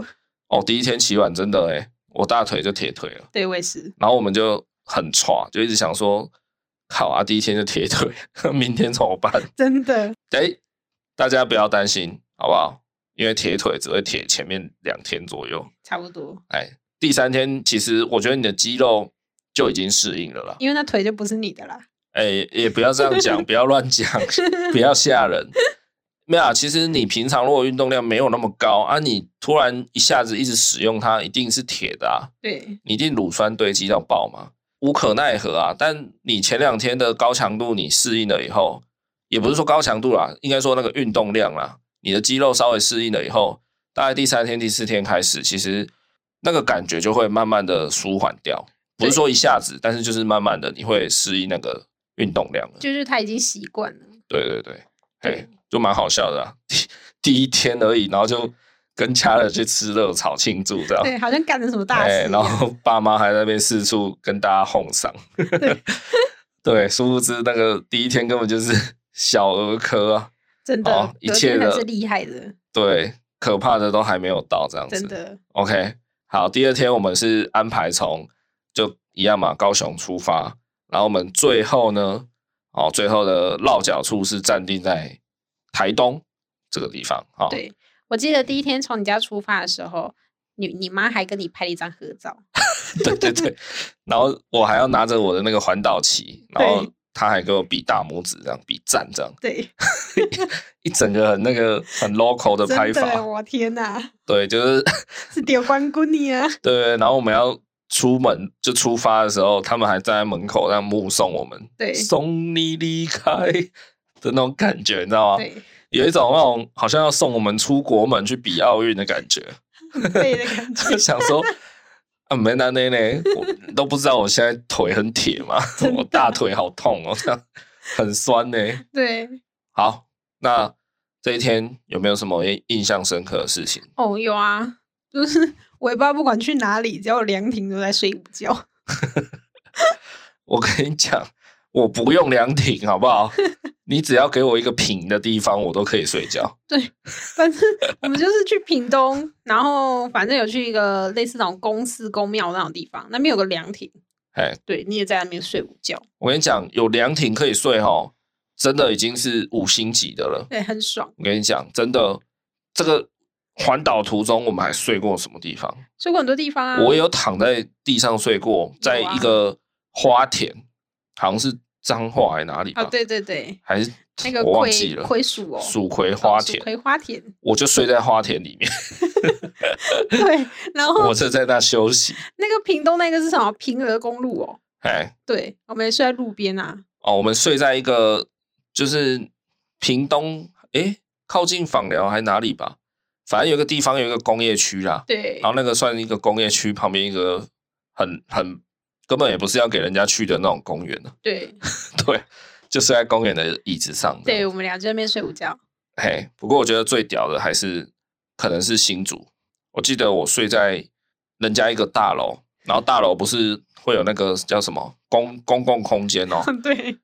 Speaker 1: 哦，第一天骑完真的哎、我大腿就铁腿了，
Speaker 2: 对，我也是。
Speaker 1: 然后我们就很歘，就一直想说，好啊，第一天就铁腿， [laughs] 明天怎么办？
Speaker 2: 真的，
Speaker 1: 哎、大家不要担心，好不好？因为铁腿只会铁前面两天左右，
Speaker 2: 差不多，
Speaker 1: 哎，第三天其实我觉得你的肌肉就已经适应了啦。
Speaker 2: 因为那腿就不是你的啦。
Speaker 1: 哎、也不要这样讲，不要乱讲，不要吓人。没有啊，其实你平常如果运动量没有那么高啊，你突然一下子一直使用它，一定是铁的啊，
Speaker 2: 对
Speaker 1: 你一定乳酸堆积到爆嘛，无可奈何啊。但你前两天的高强度你适应了以后，也不是说高强度啦，应该说那个运动量啦，你的肌肉稍微适应了以后，大概第三天、第四天开始，其实那个感觉就会慢慢的舒缓掉，不是
Speaker 2: 对
Speaker 1: 说一下子，但是就是慢慢的你会适应那个运动量了。
Speaker 2: 就是他已经习惯了。
Speaker 1: 对对对，哎
Speaker 2: 对，
Speaker 1: 就蛮好笑的、啊，第第一天而已，然后就跟家人去吃热炒庆祝这样。
Speaker 2: 对，好像干了什么
Speaker 1: 哦
Speaker 2: 大
Speaker 1: 哎，
Speaker 2: 事一
Speaker 1: 然
Speaker 2: 样。
Speaker 1: 后 [laughs] 爸妈还在那边四处跟大家哄嗓。 [laughs] 对，殊不知那个第一天根本就是 [laughs] 小儿科啊，
Speaker 2: 真
Speaker 1: 哦
Speaker 2: 的，
Speaker 1: 一
Speaker 2: 隔
Speaker 1: 切
Speaker 2: 天才
Speaker 1: 的
Speaker 2: 是厉害的，
Speaker 1: 对，可怕的都还没有到这样
Speaker 2: 真
Speaker 1: 子。
Speaker 2: 的。
Speaker 1: OK，好，第二天我们是安排从就一样嘛，高雄出发，然后我们最后呢，哦，最后的落脚处是暂定在台东这个地方啊。哦
Speaker 2: 对我记得第一天从你家出发的时候，你你妈还跟你拍了一张合照。
Speaker 1: [laughs] 对对对，然后我还要拿着我的那个环岛旗，然后
Speaker 2: 对
Speaker 1: 他还给我比大拇指，这样比赞，这样
Speaker 2: 对，
Speaker 1: 一整个很那个很 local 的拍
Speaker 2: 真的，
Speaker 1: 法，
Speaker 2: 我天哪，
Speaker 1: 对，就是 [laughs]
Speaker 2: 是丢光棍你啊！
Speaker 1: 对。然后我们要出门就出发的时候，他们还站在门口让目送我们，
Speaker 2: 对
Speaker 1: 送你离开的那种感觉，你知道吗？
Speaker 2: 对，
Speaker 1: 有一种那种好像要送我们出国门去比奥运的感
Speaker 2: [laughs]
Speaker 1: 觉，
Speaker 2: 背的感
Speaker 1: [laughs]
Speaker 2: 觉，
Speaker 1: 就想说。啊，没那那呢，我都不知道我现在腿很铁
Speaker 2: [laughs]
Speaker 1: 嘛，
Speaker 2: 真的
Speaker 1: 我大腿好痛哦，这样很酸呢。
Speaker 2: 对。
Speaker 1: 好，那这一天有没有什么印印象深刻的事情？
Speaker 2: 哦，有啊，就是尾巴不管去哪里，只要有凉亭都在睡午觉。
Speaker 1: 我跟你讲，我不用凉亭，好不
Speaker 2: [laughs]
Speaker 1: 好？你只要给我一个平的地方，我都可以睡觉。
Speaker 2: 反正我们就是去屏东，然后反正有去一个类似那种公寺公庙那种地方，那边有个凉亭，
Speaker 1: 哎，
Speaker 2: 对你也在那边睡午觉，
Speaker 1: 我跟你讲，有凉亭可以睡哦，真的已经是五星级的了。
Speaker 2: 对，很爽。
Speaker 1: 我跟你讲，真的，这个环岛途中我们还睡过什么地方？
Speaker 2: 睡过很多地方啊，
Speaker 1: 我有躺在地上睡过，在一个花田，好像是彰化还是哪里吧？
Speaker 2: 啊，对对对，
Speaker 1: 还是
Speaker 2: 那个
Speaker 1: 我忘
Speaker 2: 葵
Speaker 1: 记了，
Speaker 2: 葵属哦，
Speaker 1: 蜀葵花
Speaker 2: 哦蜀
Speaker 1: 田，
Speaker 2: 葵花田， [laughs]
Speaker 1: 我就睡在花田里面，
Speaker 2: 对，然后
Speaker 1: 我就在那休息。
Speaker 2: 那个屏东那个是什么平和公路哦，
Speaker 1: 哎，
Speaker 2: 对，我们也睡在路边啊，
Speaker 1: 哦，我们睡在一个就是屏东，哎，靠近访寮还是哪里吧，反正有一个地方有一个工业区啦，
Speaker 2: 对
Speaker 1: 然后那个算一个工业区旁边一个很很根本也不是要给人家去的那种公园的，
Speaker 2: 对
Speaker 1: [laughs] 对，就睡在公园的椅子上。
Speaker 2: 对，，我们俩就在那边睡
Speaker 1: [laughs]
Speaker 2: 午觉，
Speaker 1: 嘿，不过我觉得最屌的还是可能是新竹。我记得我睡在人家一个大楼，然后大楼不是会有那个叫什么公公共空间哦，
Speaker 2: 对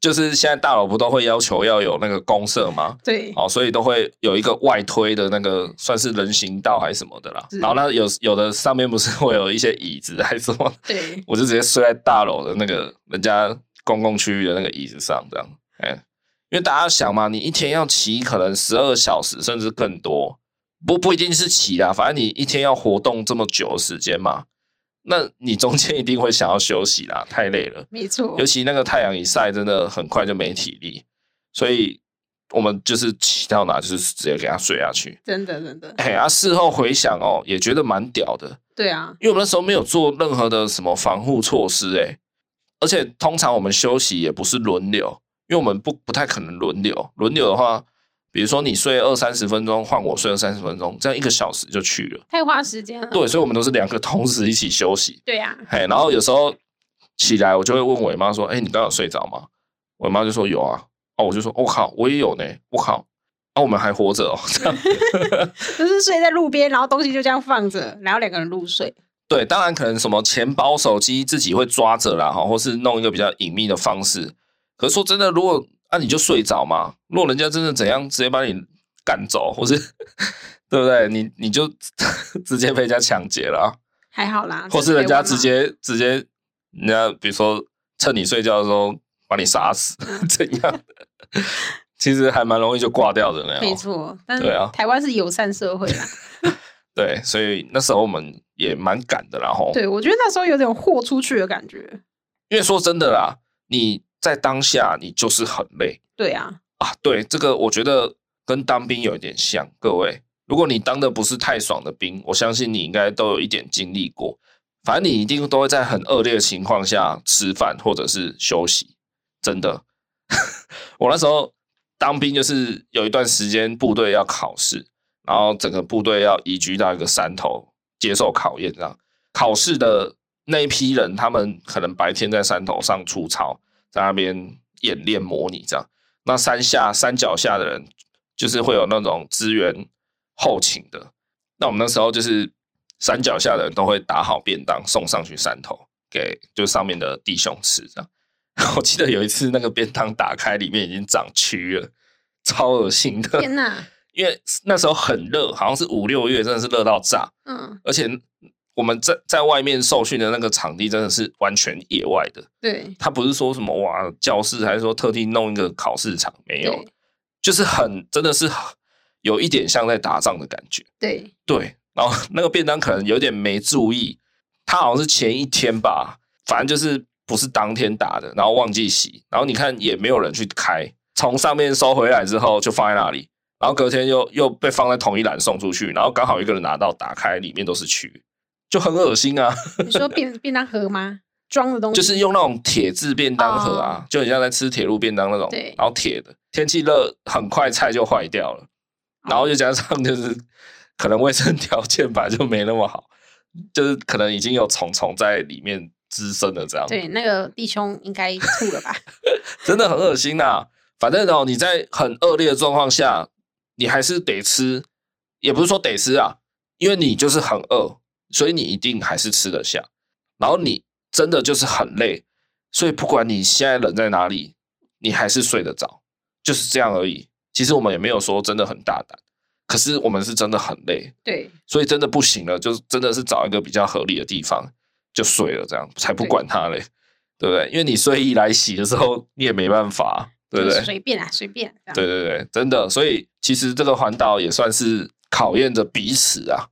Speaker 1: 就是现在大楼不都会要求要有那个公社吗？
Speaker 2: 对，
Speaker 1: 哦，所以都会有一个外推的那个，算是人行道还是什么的啦。
Speaker 2: 是
Speaker 1: 然后那有有的上面不是会有一些椅子还是什么，
Speaker 2: 对，
Speaker 1: 我就直接睡在大楼的那个人家公共区域的那个椅子上，这样，哎、因为大家想嘛，你一天要骑可能十二小时甚至更多，不不一定是骑啦，反正你一天要活动这么久的时间嘛，那你中间一定会想要休息啦，太累了，
Speaker 2: 没错
Speaker 1: 尤，其那个太阳一晒，真的很快就没体力，所以我们就是骑到哪就是直接给他睡下去。
Speaker 2: 真的真的，
Speaker 1: 哎、啊，事后回想哦，也觉得蛮屌的，
Speaker 2: 对啊，
Speaker 1: 因为我们那时候没有做任何的什么防护措施、欸，而且通常我们休息也不是轮流，因为我们不不太可能轮流，轮流的话，比如说你睡二三十分钟，换我睡二三十分钟，这样一个小时就去了。
Speaker 2: 太花时间了。
Speaker 1: 对，所以我们都是两个同时一起休息，
Speaker 2: 对啊， [laughs]
Speaker 1: 嘿，然后有时候起来我就会问伟妈说：“哎、你刚刚有睡着吗？”伟妈就说：“有啊。”哦，我就说：“我、靠，我也有呢，我靠，啊，我们还活着哦。” [laughs] 这样
Speaker 2: 就是睡在路边，然后东西就这样放着，然后两个人入睡。
Speaker 1: 对，当然可能什么钱包、手机自己会抓着啦，哈，或是弄一个比较隐秘的方式。可是说真的，如果啊你就睡着嘛，如果人家真的怎样，直接把你赶走，或是 [laughs] 对不对？你你就 [laughs] 直接被人家抢劫了啊、
Speaker 2: 还好啦，
Speaker 1: 或
Speaker 2: 这
Speaker 1: 是人家
Speaker 2: 台湾嘛
Speaker 1: 直接直接人家比如说趁你睡觉的时候把你杀死， [laughs] 怎样？其实还蛮容易就挂掉的那
Speaker 2: 没
Speaker 1: 样。哦
Speaker 2: 错，但是
Speaker 1: 对啊
Speaker 2: 台湾是友善社会啦。
Speaker 1: 对，所以那时候我们也蛮赶的啦，吼。
Speaker 2: 对，我觉得那时候有点豁出去的感觉。
Speaker 1: 因为说真的啦，你在当下你就是很累
Speaker 2: 对啊，
Speaker 1: 啊。对，这个我觉得跟当兵有一点像。各位，如果你当的不是太爽的兵，我相信你应该都有一点经历过。反正你一定都会在很恶劣的情况下吃饭或者是休息，真的。 [laughs] 我那时候当兵就是有一段时间部队要考试，然后整个部队要移居到一个山头接受考验，这样考试的那一批人，他们可能白天在山头上出操，在那边演练模拟这样。那山下山脚下的人，就是会有那种支援后勤的。那我们那时候就是山脚下的人都会打好便当送上去山头给就上面的弟兄吃这样。 [laughs] 我记得有一次那个便当打开，里面已经长蛆了，超恶心的。 [laughs]
Speaker 2: 天哪，
Speaker 1: 因为那时候很热，好像是五六月，真的是热到炸。
Speaker 2: 嗯，
Speaker 1: 而且我们在在外面受训的那个场地真的是完全野外的，
Speaker 2: 对
Speaker 1: 他不是说什么哇教室，还是说特地弄一个考试场，没有
Speaker 2: 对，
Speaker 1: 就是很真的是有一点像在打仗的感觉。
Speaker 2: 对，
Speaker 1: 对，然后那个便当可能有点没注意，他好像是前一天吧，反正就是不是当天打的，然后忘记洗，然后你看也没有人去开，从上面收回来之后就放在那里，然后隔天又又被放在同一栏送出去，然后刚好一个人拿到打开，里面都是蛆，就很恶心啊，
Speaker 2: 你说便便当盒吗？装的东西哦
Speaker 1: 就是用那种铁制便当盒啊，就很像在吃铁路便当那种
Speaker 2: 对，
Speaker 1: 然后铁的，天气热很快菜就坏掉了。
Speaker 2: 哦
Speaker 1: 然后又加上就是可能卫生条件吧，就没那么好，就是可能已经有虫虫在里面滋生了，这样
Speaker 2: 对那个弟兄应该吐
Speaker 1: [laughs]
Speaker 2: 了吧？
Speaker 1: 真的很恶心呐、反正哦，你在很恶劣的状况下，你还是得吃，也不是说得吃啊，因为你就是很饿，所以你一定还是吃得下。然后你真的就是很累，所以不管你现在人在哪里，你还是睡得着，就是这样而已。其实我们也没有说真的很大胆，可是我们是真的很累，
Speaker 2: 对
Speaker 1: 所以真的不行了，就是真的是找一个比较合理的地方就睡了，这样才不管它嘞，对不对？因为你睡衣来洗的时候，你也没办法，对不
Speaker 2: 就
Speaker 1: 对
Speaker 2: 是？随便啊，随便这样。
Speaker 1: 对对对，真的。所以其实这个环岛也算是考验着彼此啊，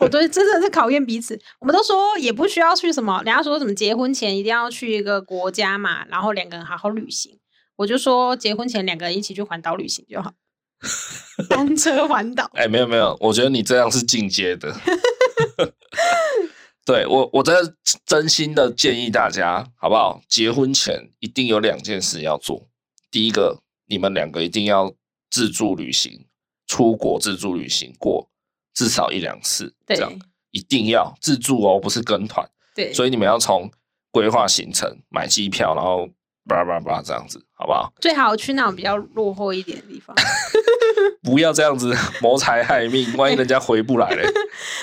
Speaker 2: 我觉得真的是考验彼此。我们都说也不需要去什么，人家说什么结婚前一定要去一个国家嘛，然后两个人好好旅行。我就说结婚前两个人一起去环岛旅行就好， [laughs] 单车环岛。
Speaker 1: 哎，没有没有，我觉得你这样是进阶的。 [laughs] 对我，我真的真心的建议大家，好不好？结婚前一定有两件事要做。第一个，你们两个一定要自助旅行，出国自助旅行过至少一两次，这
Speaker 2: 对
Speaker 1: 样一定要自助哦，不是跟团。
Speaker 2: 对，
Speaker 1: 所以你们要从规划行程、买机票，然后叭叭叭这样子，好不好？
Speaker 2: 最好去那种比较落后一点的地方， [laughs]
Speaker 1: 不要这样子 [laughs] 谋财害命，万一人家回不来嘞。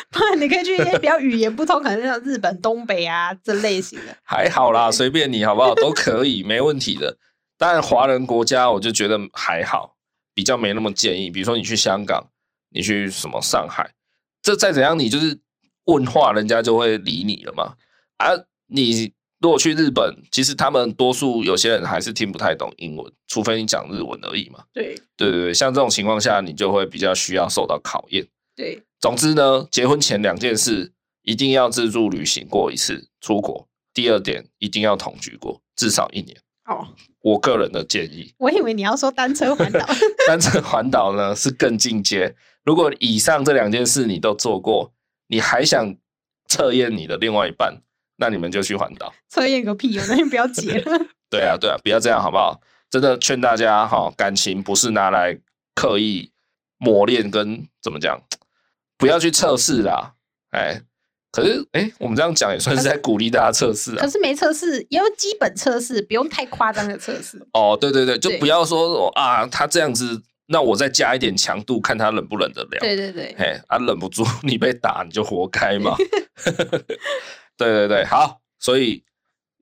Speaker 2: 不然你可以去一些比较语言不通，可能像日本东北啊这类型的。
Speaker 1: [laughs] 还好啦，随便你好不好，都可以，没问题的。当然，华人国家我就觉得还好，比较没那么建议。比如说你去香港，你去什么上海，这再怎样，你就是问话，人家就会理你了嘛。啊，你如果去日本，其实他们多数有些人还是听不太懂英文，除非你讲日文而已嘛。
Speaker 2: 对
Speaker 1: 对对对，像这种情况下，你就会比较需要受到考验。
Speaker 2: 对，
Speaker 1: 总之呢，结婚前两件事一定要自助旅行过一次出国，第二点一定要同居过至少一年。
Speaker 2: 哦，
Speaker 1: 我个人的建议，
Speaker 2: [laughs]
Speaker 1: [laughs]
Speaker 2: 我以为你要说单车环岛，
Speaker 1: 单车环岛呢是更进阶。如果以上这两件事你都做过，你还想测验你的另外一半，那你们就去环岛。
Speaker 2: 测验个屁哦，那就不
Speaker 1: [laughs]
Speaker 2: 要结了。
Speaker 1: 对啊，对啊，不要这样好不好？真的劝大家哈，感情不是拿来刻意磨练跟怎么讲，不要去测试啦。哎，可是哎，我们这样讲也算是在鼓励大家测试啊
Speaker 2: 可。是没测试，也有基本测试，不用太夸张的测试。
Speaker 1: 哦，对对对，就
Speaker 2: 对
Speaker 1: 不要说啊，他这样子，那我再加一点强度，看他忍不忍得了。
Speaker 2: 对对对，
Speaker 1: 嘿，啊，忍不住你被打，你就活该嘛。 [laughs] 对对对，好，所以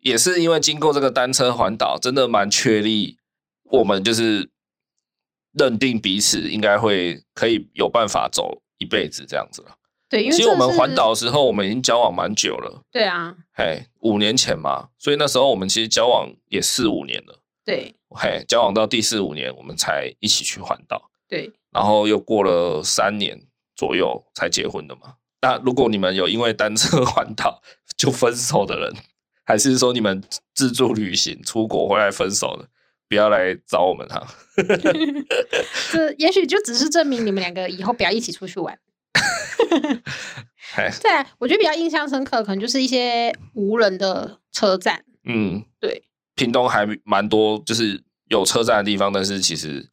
Speaker 1: 也是因为经过这个单车环岛，真的蛮确立我们就是认定彼此应该会可以有办法走一辈子这样子了。
Speaker 2: 对，因为
Speaker 1: 其实
Speaker 2: 这
Speaker 1: 我们
Speaker 2: 是
Speaker 1: 环岛，的时候，我们已经交往蛮久了，
Speaker 2: 对啊，
Speaker 1: 嘿，五年前嘛，所以那时候我们其实交往也四五年了，
Speaker 2: 对
Speaker 1: 嘿，交往到第四五年，我们才一起去环岛。 [laughs]
Speaker 2: 对
Speaker 1: 然后又过了三年左右才结婚的嘛。那如果你们有因为单车环岛就分手的人，还是说你们自助旅行出国回来分手的，不要来找我们啊哈、
Speaker 2: 这也许就只是证明你们两个以后不要一起出去玩。
Speaker 1: 嘿，
Speaker 2: 再来，我觉得比较印象深刻，可能就是一些无人的车站。
Speaker 1: 嗯，
Speaker 2: 对，
Speaker 1: 屏东还蛮多，就是有车站的地方，但是其实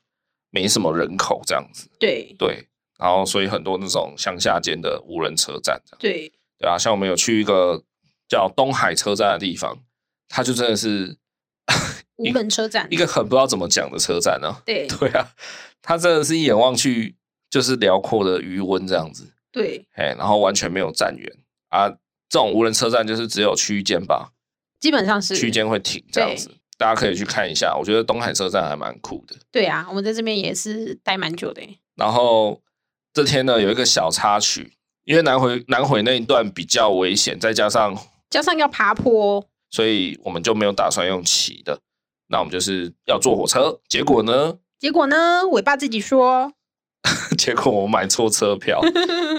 Speaker 1: 没什么人口这样子。
Speaker 2: 对
Speaker 1: 对，然后所以很多那种乡下间的无人车站这样。
Speaker 2: 对
Speaker 1: 对啊，像我们有去一个叫东海车站的地方，它就真的是
Speaker 2: 无人车站
Speaker 1: 一，个很不知道怎么讲的车站呢、 [laughs]
Speaker 2: 对
Speaker 1: 对啊，它真的是一眼望去就是辽阔的余温这样子，
Speaker 2: 对，
Speaker 1: 哎，然后完全没有站员啊。这种无人车站就是只有区间吧，
Speaker 2: 基本上是
Speaker 1: 区间会停这样子，大家可以去看一下。我觉得东海车站还蛮酷的。
Speaker 2: 对啊，我们在这边也是待蛮久的欸、
Speaker 1: 然后这天呢有一个小插曲，因为南回南回那一段比较危险，再加上
Speaker 2: 加上要爬坡，
Speaker 1: 所以我们就没有打算用骑的，那我们就是要坐火车。结果呢，
Speaker 2: 结果呢，尾巴自己说
Speaker 1: 结果我买错车票，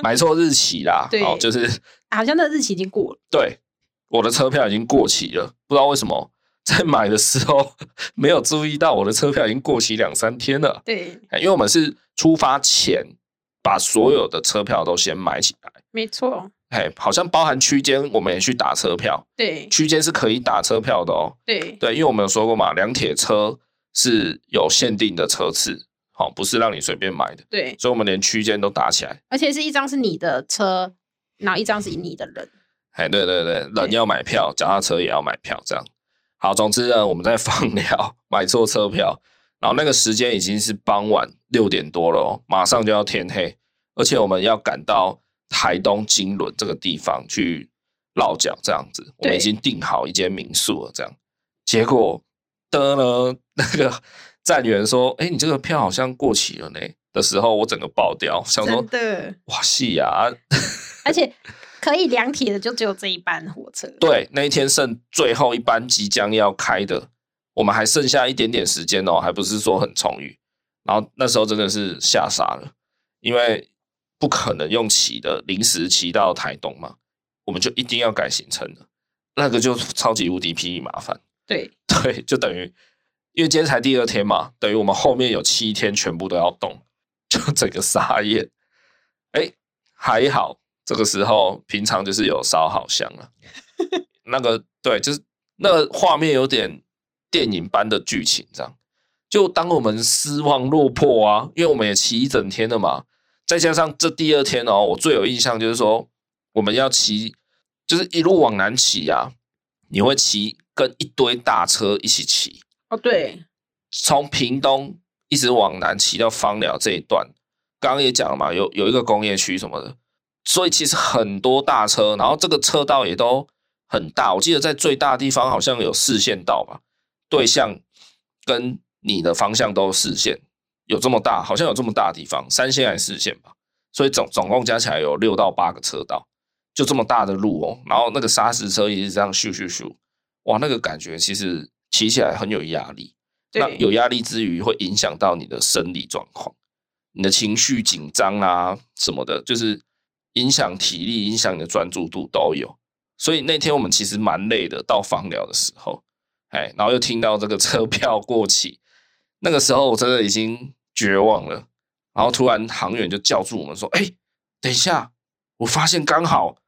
Speaker 1: 买错日期啦。
Speaker 2: 对
Speaker 1: 哦，就是
Speaker 2: 啊好像那日期已经过了，
Speaker 1: 对，我的车票已经过期了，不知道为什么在买的时候没有注意到我的车票已经过期两三天了。
Speaker 2: 对，
Speaker 1: 哎因为我们是出发前把所有的车票都先买起来，
Speaker 2: 没错，
Speaker 1: 哎，好像包含区间，我们也去打车票，
Speaker 2: 对
Speaker 1: 区间是可以打车票的哦。
Speaker 2: 对
Speaker 1: 对，因为我们有说过嘛，两铁车是有限定的车次，好、不是让你随便买的，
Speaker 2: 对，
Speaker 1: 所以我们连区间都打起来。
Speaker 2: 而且是一张是你的车，然后一张是你的人，
Speaker 1: 哎，对对对，人
Speaker 2: 对
Speaker 1: 要买票，脚踏车也要买票，这样。好，总之呢，我们在 [laughs] 放疗，买错车票，然后那个时间已经是傍晚六点多了哦，马上就要天黑，而且我们要赶到台东金轮这个地方去落脚，这样子，我们已
Speaker 2: 对
Speaker 1: 经订好一间民宿了，这样。结果的呢，那个站员说：“哎，你这个票好像过期了呢。”的时候，我整个爆掉，想说
Speaker 2: 真的，：“
Speaker 1: 哇，是呀、啊，
Speaker 2: 而且可以量体的就只有这一班火车，
Speaker 1: 对，那一天剩最后一班即将要开的，我们还剩下一点点时间哦，还不是说很充裕。然后那时候真的是吓傻了，因为不可能用骑的临时骑到台东嘛，我们就一定要改行程了，那个就超级无敌霹雳麻烦。
Speaker 2: 对
Speaker 1: [laughs] 对，就等于因为今天才第二天嘛，等于我们后面有七天全部都要动，就整个傻眼。哎，还好这个时候平常就是有烧好香了，那个对，就是那个画面有点电影般的剧情这样。就当我们失望落魄啊，因为我们也骑一整天了嘛，再加上这第二天哦，我最有印象就是说我们要骑，就是一路往南骑啊，你会骑跟一堆大车一起骑，
Speaker 2: 哦对
Speaker 1: 从屏东一直往南骑到芳寮这一段，刚刚也讲了嘛，有有一个工业区什么的，所以其实很多大车，然后这个车道也都很大，我记得在最大的地方好像有四线道吧，对向跟你的方向都视线有这么大，好像有这么大的地方，三线还是四线吧，所以总总共加起来有六到八个车道，就这么大的路哦，然后那个砂石车也是这样咻咻咻，哇，那个感觉其实骑起来很有压力，那
Speaker 2: 对，
Speaker 1: 有压力之余会影响到你的生理状况，你的情绪紧张啊什么的，就是影响体力、影响你的专注度都有。所以那天我们其实蛮累的，到访疗的时候，哎，然后又听到这个车票过期，那个时候我真的已经绝望了。然后突然航员就叫住我们说：“哎、等一下，我发现刚好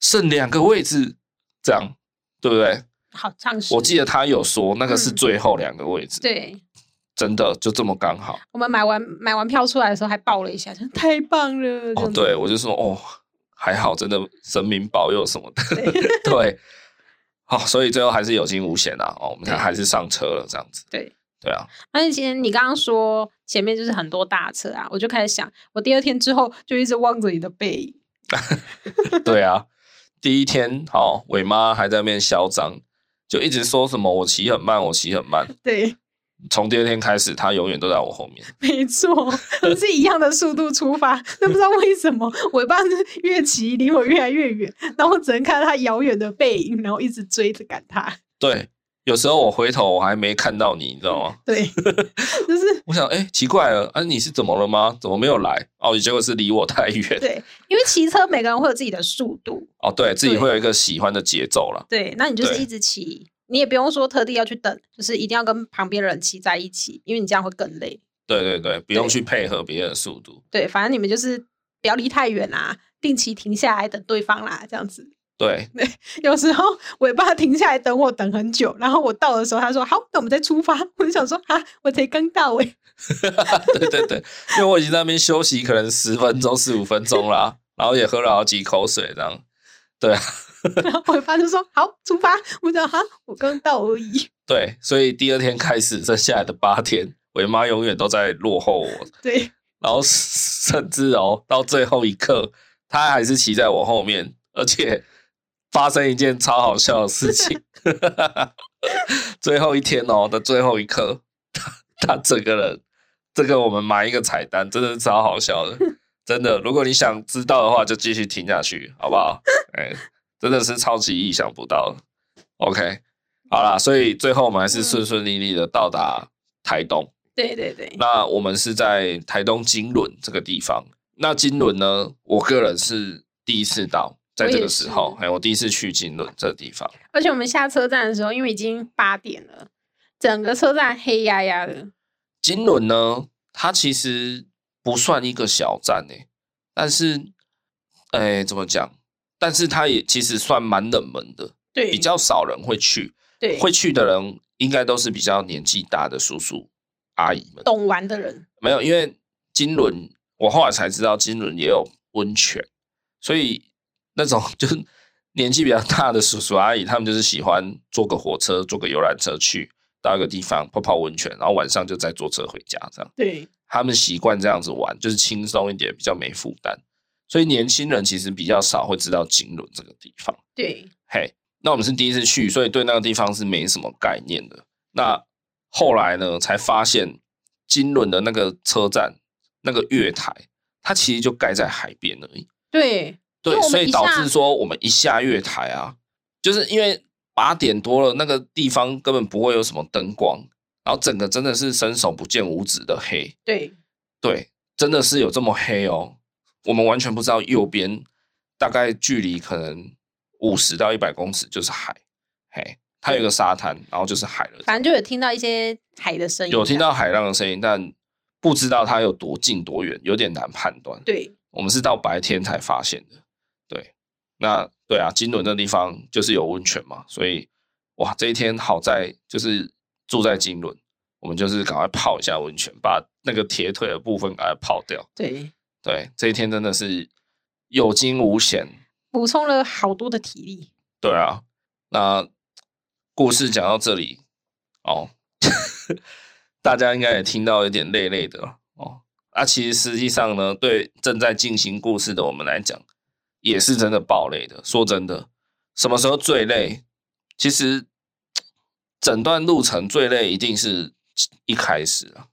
Speaker 1: 剩两个位置，这样对不对？”
Speaker 2: 好像是。
Speaker 1: 我记得他有说那个是
Speaker 2: 嗯
Speaker 1: 最后两个位置，
Speaker 2: 对
Speaker 1: 真的就这么刚好
Speaker 2: 我们买完买完票出来的时候还抱了一下，真的太棒了。这
Speaker 1: 哦
Speaker 2: 样。子
Speaker 1: 对，我就说哦，还好，真的神明保佑什么的，
Speaker 2: 对
Speaker 1: [laughs] 对。好、所以最后还是有惊无险啊！哦，我们
Speaker 2: 对
Speaker 1: 还是上车了，这样子。
Speaker 2: 对
Speaker 1: 对啊，
Speaker 2: 而且今天你刚刚说前面就是很多大车啊，我就开始想，我第二天之后就一直望着你的背影。
Speaker 1: 对啊。第一天，好、伟妈还在那边嚣张，就一直说什么我骑很慢，我骑很慢。
Speaker 2: 对，
Speaker 1: 从第二天开始，她永远都在我后面。
Speaker 2: [laughs] 没错，是一样的速度出发，但不知道为什么 [laughs] 尾巴是越骑离我越来越远，然后我只能看到它遥远的背影，然后一直追着赶它。
Speaker 1: 对，有时候我回头我还没看到你，你知道吗？
Speaker 2: 对， [laughs] 就是
Speaker 1: 我想，哎、奇怪了，啊，你是怎么了吗？怎么没有来？哦，结果是离我太远。
Speaker 2: 对，因为骑车每个人会有自己的速度，
Speaker 1: 哦，对自己
Speaker 2: 对
Speaker 1: 会有一个喜欢的节奏啦。
Speaker 2: 对，那你就是
Speaker 1: 对
Speaker 2: 一直骑，你也不用说特地要去等，就是一定要跟旁边人骑在一起，因为你这样会更累。
Speaker 1: 对对对，不用
Speaker 2: 对
Speaker 1: 去配合别人的速度。
Speaker 2: 对，反正你们就是不要离太远啊，定期停下来等对方啦，这样子。
Speaker 1: 对
Speaker 2: 有时候尾巴停下来等我等很久，然后我到的时候他说好，那我们再出发。 [laughs] 我就想说啊，我才刚到欸诶、
Speaker 1: [laughs] 对对对，因为我已经在那边休息，可能十分钟、十五分钟啦，然后也喝了好几口水，这样。对啊，
Speaker 2: [laughs] 然后尾巴就说好出发。我讲哈，我刚到而已。
Speaker 1: 对，所以第二天开始，剩下来的八天，我妈永远都在落后我，
Speaker 2: 对
Speaker 1: 然后甚至哦，到最后一刻，她还是骑在我后面，而且发生一件超好笑的事情。 [laughs] 最后一天哦的最后一刻，他他整个人，这个我们埋一个彩蛋，真的是超好笑的，真的。如果你想知道的话，就继续听下去，好不好？哎、真的是超级意想不到的。OK，好啦，所以最后我们还是顺顺利利的到达台东。
Speaker 2: 对对对，
Speaker 1: 那我们是在台东金轮这个地方。那金轮呢，我个人是第一次到，在这个时
Speaker 2: 嗯我
Speaker 1: 候
Speaker 2: 也，
Speaker 1: 哎、我第一次去金轮这个地方。
Speaker 2: 而且我们下车站的时候，因为已经八点了，整个车站黑压压的。
Speaker 1: 金轮呢，它其实不算一个小站诶、但是，哎、怎么讲？但是它也其实算蛮冷门的，
Speaker 2: 对，
Speaker 1: 比较少人会去，
Speaker 2: 对
Speaker 1: 会去的人应该都是比较年纪大的叔叔阿姨们。
Speaker 2: 懂玩的人，
Speaker 1: 没有，因为金轮，我后来才知道金轮也有温泉，所以那种 [laughs] 就是年纪比较大的叔叔阿姨，他们就是喜欢坐个火车、坐个游览车去到一个地方泡泡温泉，然后晚上就再坐车回家，这样
Speaker 2: 对
Speaker 1: 他们习惯这样子玩，就是轻松一点，比较没负担。所以年轻人其实比较少会知道金轮这个地方。
Speaker 2: 对
Speaker 1: 嘿，那我们是第一次去，所以对那个地方是没什么概念的。那后来呢，才发现金轮的那个车站那个月台，它其实就盖在海边而已。
Speaker 2: 对因
Speaker 1: 对
Speaker 2: 为，我们
Speaker 1: 所以
Speaker 2: 一
Speaker 1: 导
Speaker 2: 下
Speaker 1: 致说我们一下月台啊，就是因为八点多了，那个地方根本不会有什么灯光，然后整个真的是伸手不见五指的黑。
Speaker 2: 对
Speaker 1: 对，真的是有这么黑哦，我们完全不知道右边大概距离可能五十到一百公尺就是海，嘿，它有一个沙滩，然后就是海了。
Speaker 2: 反正就有听到一些海的声音，
Speaker 1: 有听到海浪的声音，但不知道它有多近多远，有点难判断。
Speaker 2: 对
Speaker 1: 我们是到白天才发现的。对，那对啊，金轮那地方就是有温泉嘛，所以哇，这一天好在就是住在金轮，我们就是赶快泡一下温泉，把那个铁腿的部分赶快泡掉。
Speaker 2: 对，
Speaker 1: 对，这一天真的是有惊无险。
Speaker 2: 补充了好多的体力。
Speaker 1: 对啊，那故事讲到这里，哦， [laughs] 大家应该也听到有点累累的了哦。啊，其实实际上呢，对正在进行故事的我们来讲，也是真的爆累的。说真的，什么时候最累？其实整段路程最累一定是一开始啊，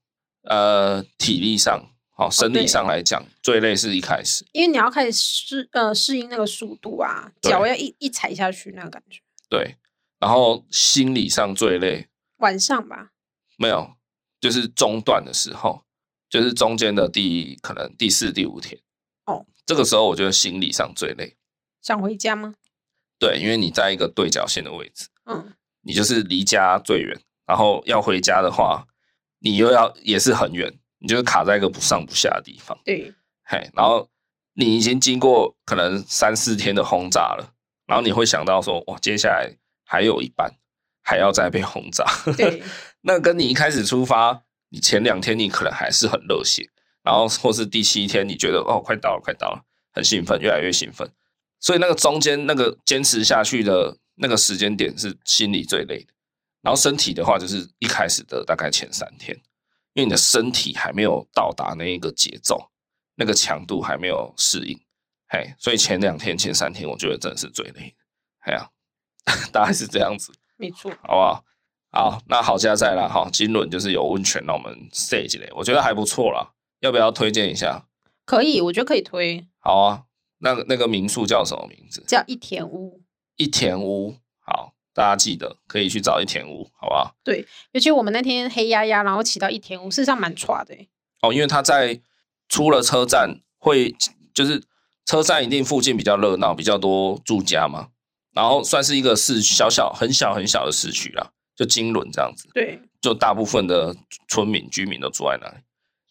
Speaker 1: 呃，体力上，好、生理
Speaker 2: 对
Speaker 1: 上来讲，最累是一开始。
Speaker 2: 因为你要开始适呃适应那个速度啊，
Speaker 1: 对
Speaker 2: 脚要一一踩下去那个感觉。
Speaker 1: 对，然后心理上最累，
Speaker 2: 晚上吧，
Speaker 1: 没有，就是中断的时候，就是中间的第可能第四、第五天，
Speaker 2: 哦，
Speaker 1: 这个时候我觉得心理上最累，
Speaker 2: 想回家吗？
Speaker 1: 对，因为你在一个对角线的位置，
Speaker 2: 嗯，
Speaker 1: 你就是离家最远，然后要回家的话，你又要也是很远，你就是卡在一个不上不下的地方，
Speaker 2: 对，
Speaker 1: [laughs] 嘿，然后你已经经过可能三四天的轰炸了，然后你会想到说，哇，接下来还有一半还要再被轰炸，
Speaker 2: 对，
Speaker 1: 那跟你一开始出发，你前两天你可能还是很热血，然后或是第七天你觉得哦快到了快到了，很兴奋，越来越兴奋，所以那个中间那个坚持下去的那个时间点是心里最累的，然后身体的话就是一开始的大概前三天，因为你的身体还没有到达那一个节奏，那个强度还没有适应，嘿，所以前两天前三天我觉得真的是最累的，哎呀、 [laughs] 大概是这样子。
Speaker 2: 没错，
Speaker 1: 好不好？好，那好加在啦，哈，金轮就是有温泉，那我们 stay 几类，我觉得还不错啦，要不要推荐一下？
Speaker 2: 可以，我觉得可以推，
Speaker 1: 好啊，那个那个民宿叫什么名字？
Speaker 2: 叫一田屋。
Speaker 1: 一田屋，好，大家记得可以去找一田屋，好不好？
Speaker 2: 尤其我们那天黑压压，然后骑到一田屋，事实上蛮差的、欸。
Speaker 1: 哦，因为他在出了车站会，就是车站一定附近比较热闹，比较多住家嘛，然后算是一个市区，小小很小很小的市区啦，就金轮这样子。
Speaker 2: 对，
Speaker 1: 就大部分的村民居民都住在那里，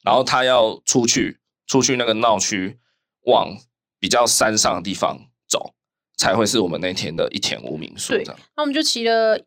Speaker 1: 然后他要出去，出去那个闹区，往比较山上的地方走，才会是我们那天的一天无民宿这样。
Speaker 2: 那我们就骑了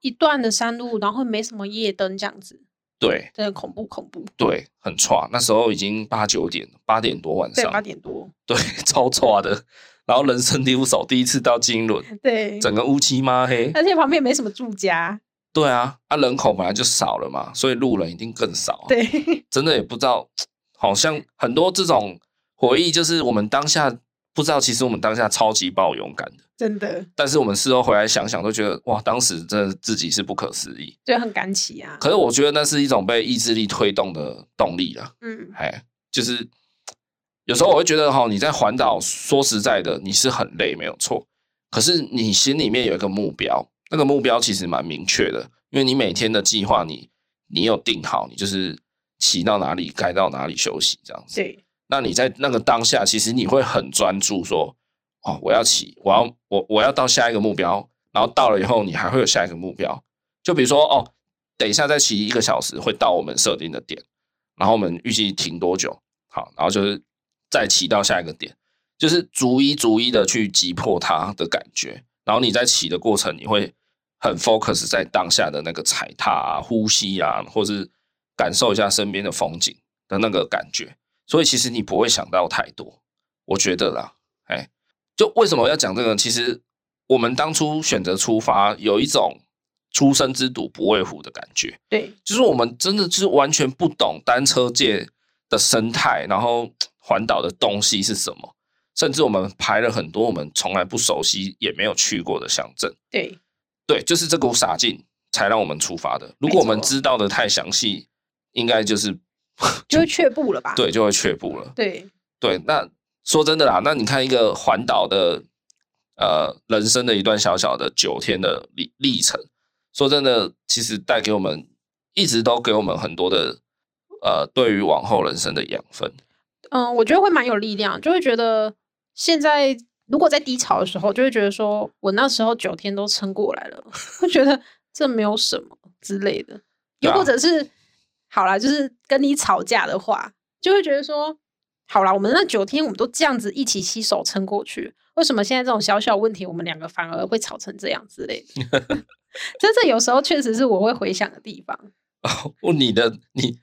Speaker 2: 一段的山路，然后没什么夜灯这样子，
Speaker 1: 对
Speaker 2: 真的恐怖恐怖。
Speaker 1: 对，很差。那时候已经八九点，八点多晚
Speaker 2: 对，八
Speaker 1: 上，
Speaker 2: 点多，
Speaker 1: 对， [laughs] 超差的。然后人生地不熟，第一次到金轮，
Speaker 2: 对，
Speaker 1: 整个乌漆嘛黑。
Speaker 2: 而且旁边没什么住家，
Speaker 1: 对啊，啊人口本来就少了嘛，所以路人一定更少、啊。
Speaker 2: 对， [laughs]
Speaker 1: 真的也不知道，好像很多这种回忆，就是我们当下不知道，其实我们当下超级爆勇敢的，
Speaker 2: 真的，
Speaker 1: 但是我们事后回来想想，都觉得哇，当时真的自己是不可思议。
Speaker 2: 对，很敢骑啊。
Speaker 1: 可是我觉得那是一种被意志力推动的动力啦，
Speaker 2: 嗯，
Speaker 1: 哎，就是有时候我会觉得哈，你在环岛，说实在的，你是很累，没有错。可是你心里面有一个目标，那个目标其实蛮明确的，因为你每天的计划你，你有定好，你就是骑到哪里，该到哪里休息这样子。
Speaker 2: 对，
Speaker 1: 那你在那个当下，其实你会很专注说，哦，我要骑，我要我我要到下一个目标，然后到了以后，你还会有下一个目标。就比如说，哦，等一下再骑一个小时会到我们设定的点，然后我们预计停多久，好，然后就是再骑到下一个点，就是逐一逐一的去击破它的感觉。然后你在骑的过程，你会很 focus 在当下的那个踩踏啊、呼吸啊，或是感受一下身边的风景的那个感觉。所以其实你不会想到太多，我觉得啦，哎，就为什么要讲这个？其实我们当初选择出发，有一种初生之犊不畏虎的感觉，
Speaker 2: 对，
Speaker 1: 就是我们真的就是完全不懂单车界的生态，然后环岛的东西是什么，甚至我们排了很多我们从来不熟悉也没有去过的乡镇。
Speaker 2: 对，
Speaker 1: 对，就是这股傻劲才让我们出发的。如果我们知道的太详细，应该就是
Speaker 2: 就会却步了吧？
Speaker 1: 对就会却步了。
Speaker 2: 对，
Speaker 1: 对，那说真的啦，那你看一个环岛的呃人生的一段小小的九天的历历程，说真的，其实带给我们一直都给我们很多的呃对于往后人生的养分。 [laughs]
Speaker 2: 嗯，我觉得会蛮有力量，就会觉得现在如果在低潮的时候，就会觉得说我那时候九天都撑过来了， [laughs] 会觉得这没有什么之类的。
Speaker 1: 对
Speaker 2: 又
Speaker 1: 啊
Speaker 2: 或者是好啦，就是跟你吵架的话，就会觉得说好啦，我们那九天我们都这样子一起携手撑过去，为什么现在这种小小问题，我们两个反而会吵成这样之类的？ [laughs] 真的有时候确实是我会回想的地方，
Speaker 1: 哦，你的你，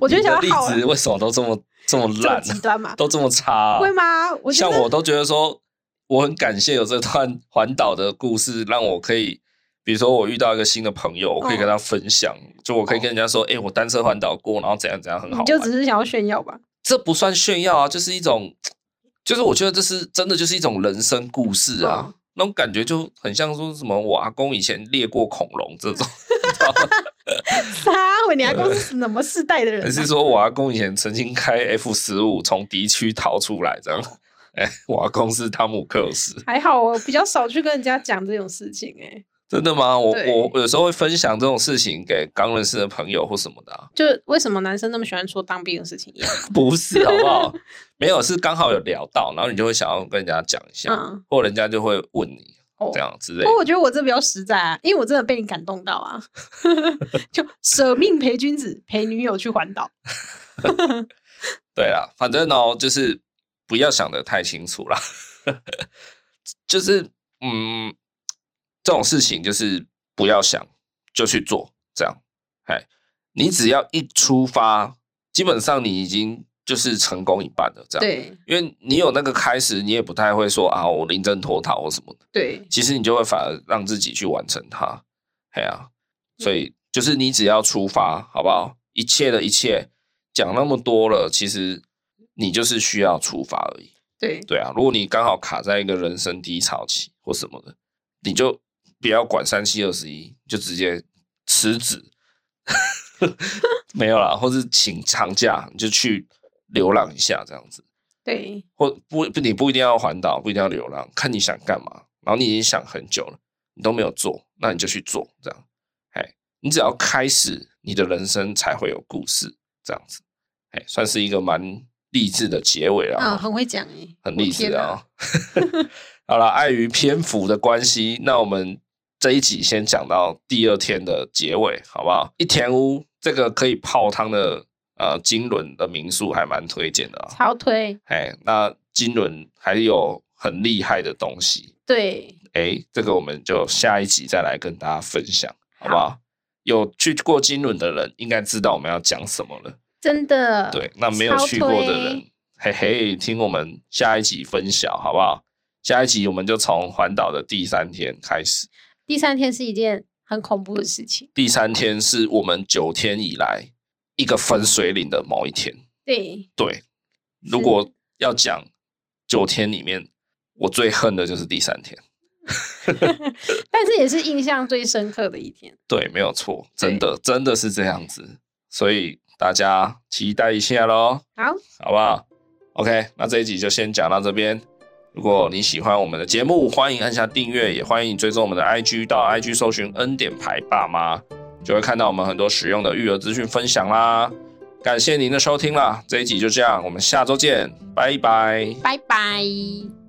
Speaker 2: 我觉得
Speaker 1: 你的
Speaker 2: 想
Speaker 1: 例
Speaker 2: 好
Speaker 1: 子为什么都这么这么
Speaker 2: 这么
Speaker 1: 烂、
Speaker 2: 极
Speaker 1: 啊，
Speaker 2: 端嘛，
Speaker 1: 都这么差啊、
Speaker 2: 会吗？我觉
Speaker 1: 像
Speaker 2: 得
Speaker 1: 我都觉得说，我很感谢有这段 [laughs] 环岛的故事，让我可以，比如说我遇到一个新的朋友，我可以
Speaker 2: 嗯
Speaker 1: 跟他分享，就我可以跟人家说，哎、我单车环岛过，然后怎样怎样很好
Speaker 2: 你
Speaker 1: 玩。
Speaker 2: 就只是想要炫耀吧。 [laughs]
Speaker 1: 这不算炫耀啊，就是一种，就是我觉得这是真的，就是一种人生故事啊。
Speaker 2: 嗯 [laughs]
Speaker 1: 那种感觉就很像说什么我阿公以前猎过恐龙这种，
Speaker 2: 啥回你阿公是什么世代的人、
Speaker 1: 还
Speaker 2: 啊？
Speaker 1: 是说我阿公以前曾经开 F 十五从敌区逃出来这样？ [laughs] 哎，我阿公是汤姆克鲁斯，
Speaker 2: [laughs] 还好我比较少去跟人家讲这种事情、欸，哎，
Speaker 1: 真的吗？我
Speaker 2: 对
Speaker 1: 我有时候会分享这种事情给刚认识的朋友或什么的、啊， [laughs]
Speaker 2: 就为什么男生那么喜欢说当兵的事情一样？
Speaker 1: 不是好不
Speaker 2: [laughs]
Speaker 1: 好？没有，是刚好有聊到，然后你就会想要跟人家讲一下，
Speaker 2: 嗯
Speaker 1: 或人家就会问你
Speaker 2: 哦
Speaker 1: 这样之类
Speaker 2: 不
Speaker 1: 的
Speaker 2: 过我觉得我这比较实在啊，因为我真的被你感动到啊， [laughs] 就舍命陪君子，陪女友去环岛。
Speaker 1: 对啦，反正哦，就是不要想的太清楚啦。 [laughs] 就是嗯，这种事情就是不要想，就去做，这样。哎，你只要一出发，基本上你已经就是成功一半了，这样。
Speaker 2: 对
Speaker 1: 因为你有那个开始，你也不太会说啊，我临阵脱逃或什么的。
Speaker 2: 对，
Speaker 1: 其实你就会反而让自己去完成它。哎呀、所以就是你只要出发，好不好？一切的一切讲那么多了，其实你就是需要出发而已。
Speaker 2: 对
Speaker 1: 对啊，如果你刚好卡在一个人生低潮期或什么的，你就不要管三七二十一，就直接辞职， [laughs] 没有啦，或是请长假，你就去流浪一下这样子。
Speaker 2: 对
Speaker 1: 或不不，你不一定要环岛，不一定要流浪，看你想干嘛。然后你已经想很久了，你都没有做，那你就去做，这样。哎，你只要开始，你的人生才会有故事，这样子。哎，算是一个蛮励志的结尾了。
Speaker 2: 啊，很会讲哎、
Speaker 1: 很励志
Speaker 2: 我天哪
Speaker 1: 啊、
Speaker 2: [laughs]
Speaker 1: 哦。好了，碍于篇幅的关系，那我们这一集先讲到第二天的结尾，好不好？一田屋这个可以泡汤的呃金轮的民宿还蛮推荐的啊、
Speaker 2: 超推
Speaker 1: 哎，那金轮还有很厉害的东西，
Speaker 2: 对，
Speaker 1: 哎，这个我们就下一集再来跟大家分享，好不好？有去过金轮的人应该知道我们要讲什么了。
Speaker 2: 真的
Speaker 1: 对，那没有去过的
Speaker 2: 超
Speaker 1: 人
Speaker 2: 推，
Speaker 1: 嘿嘿，听我们下一集分享好不好？下一集我们就从环岛的第三天开始，
Speaker 2: 第三天是一件很恐怖的事情。
Speaker 1: 第三天是我们九天以来一个分水岭的某一天。
Speaker 2: 对，
Speaker 1: 对，如果要讲九天里面，我最恨的就是第三天。
Speaker 2: 但是也是印象最深刻的一天。
Speaker 1: 对，没有错，真的真的是这样子，所以大家期待一下喽。
Speaker 2: 好，
Speaker 1: 好不好？OK，那这一集就先讲到这边。如果你喜欢我们的节目，欢迎按下订阅，也欢迎你追踪我们的 IG，到 IG 搜寻 N 点牌爸妈，就会看到我们很多实用的育儿资讯分享啦。感谢您的收听啦，这一集就这样，我们下周见，拜拜。
Speaker 2: 拜拜。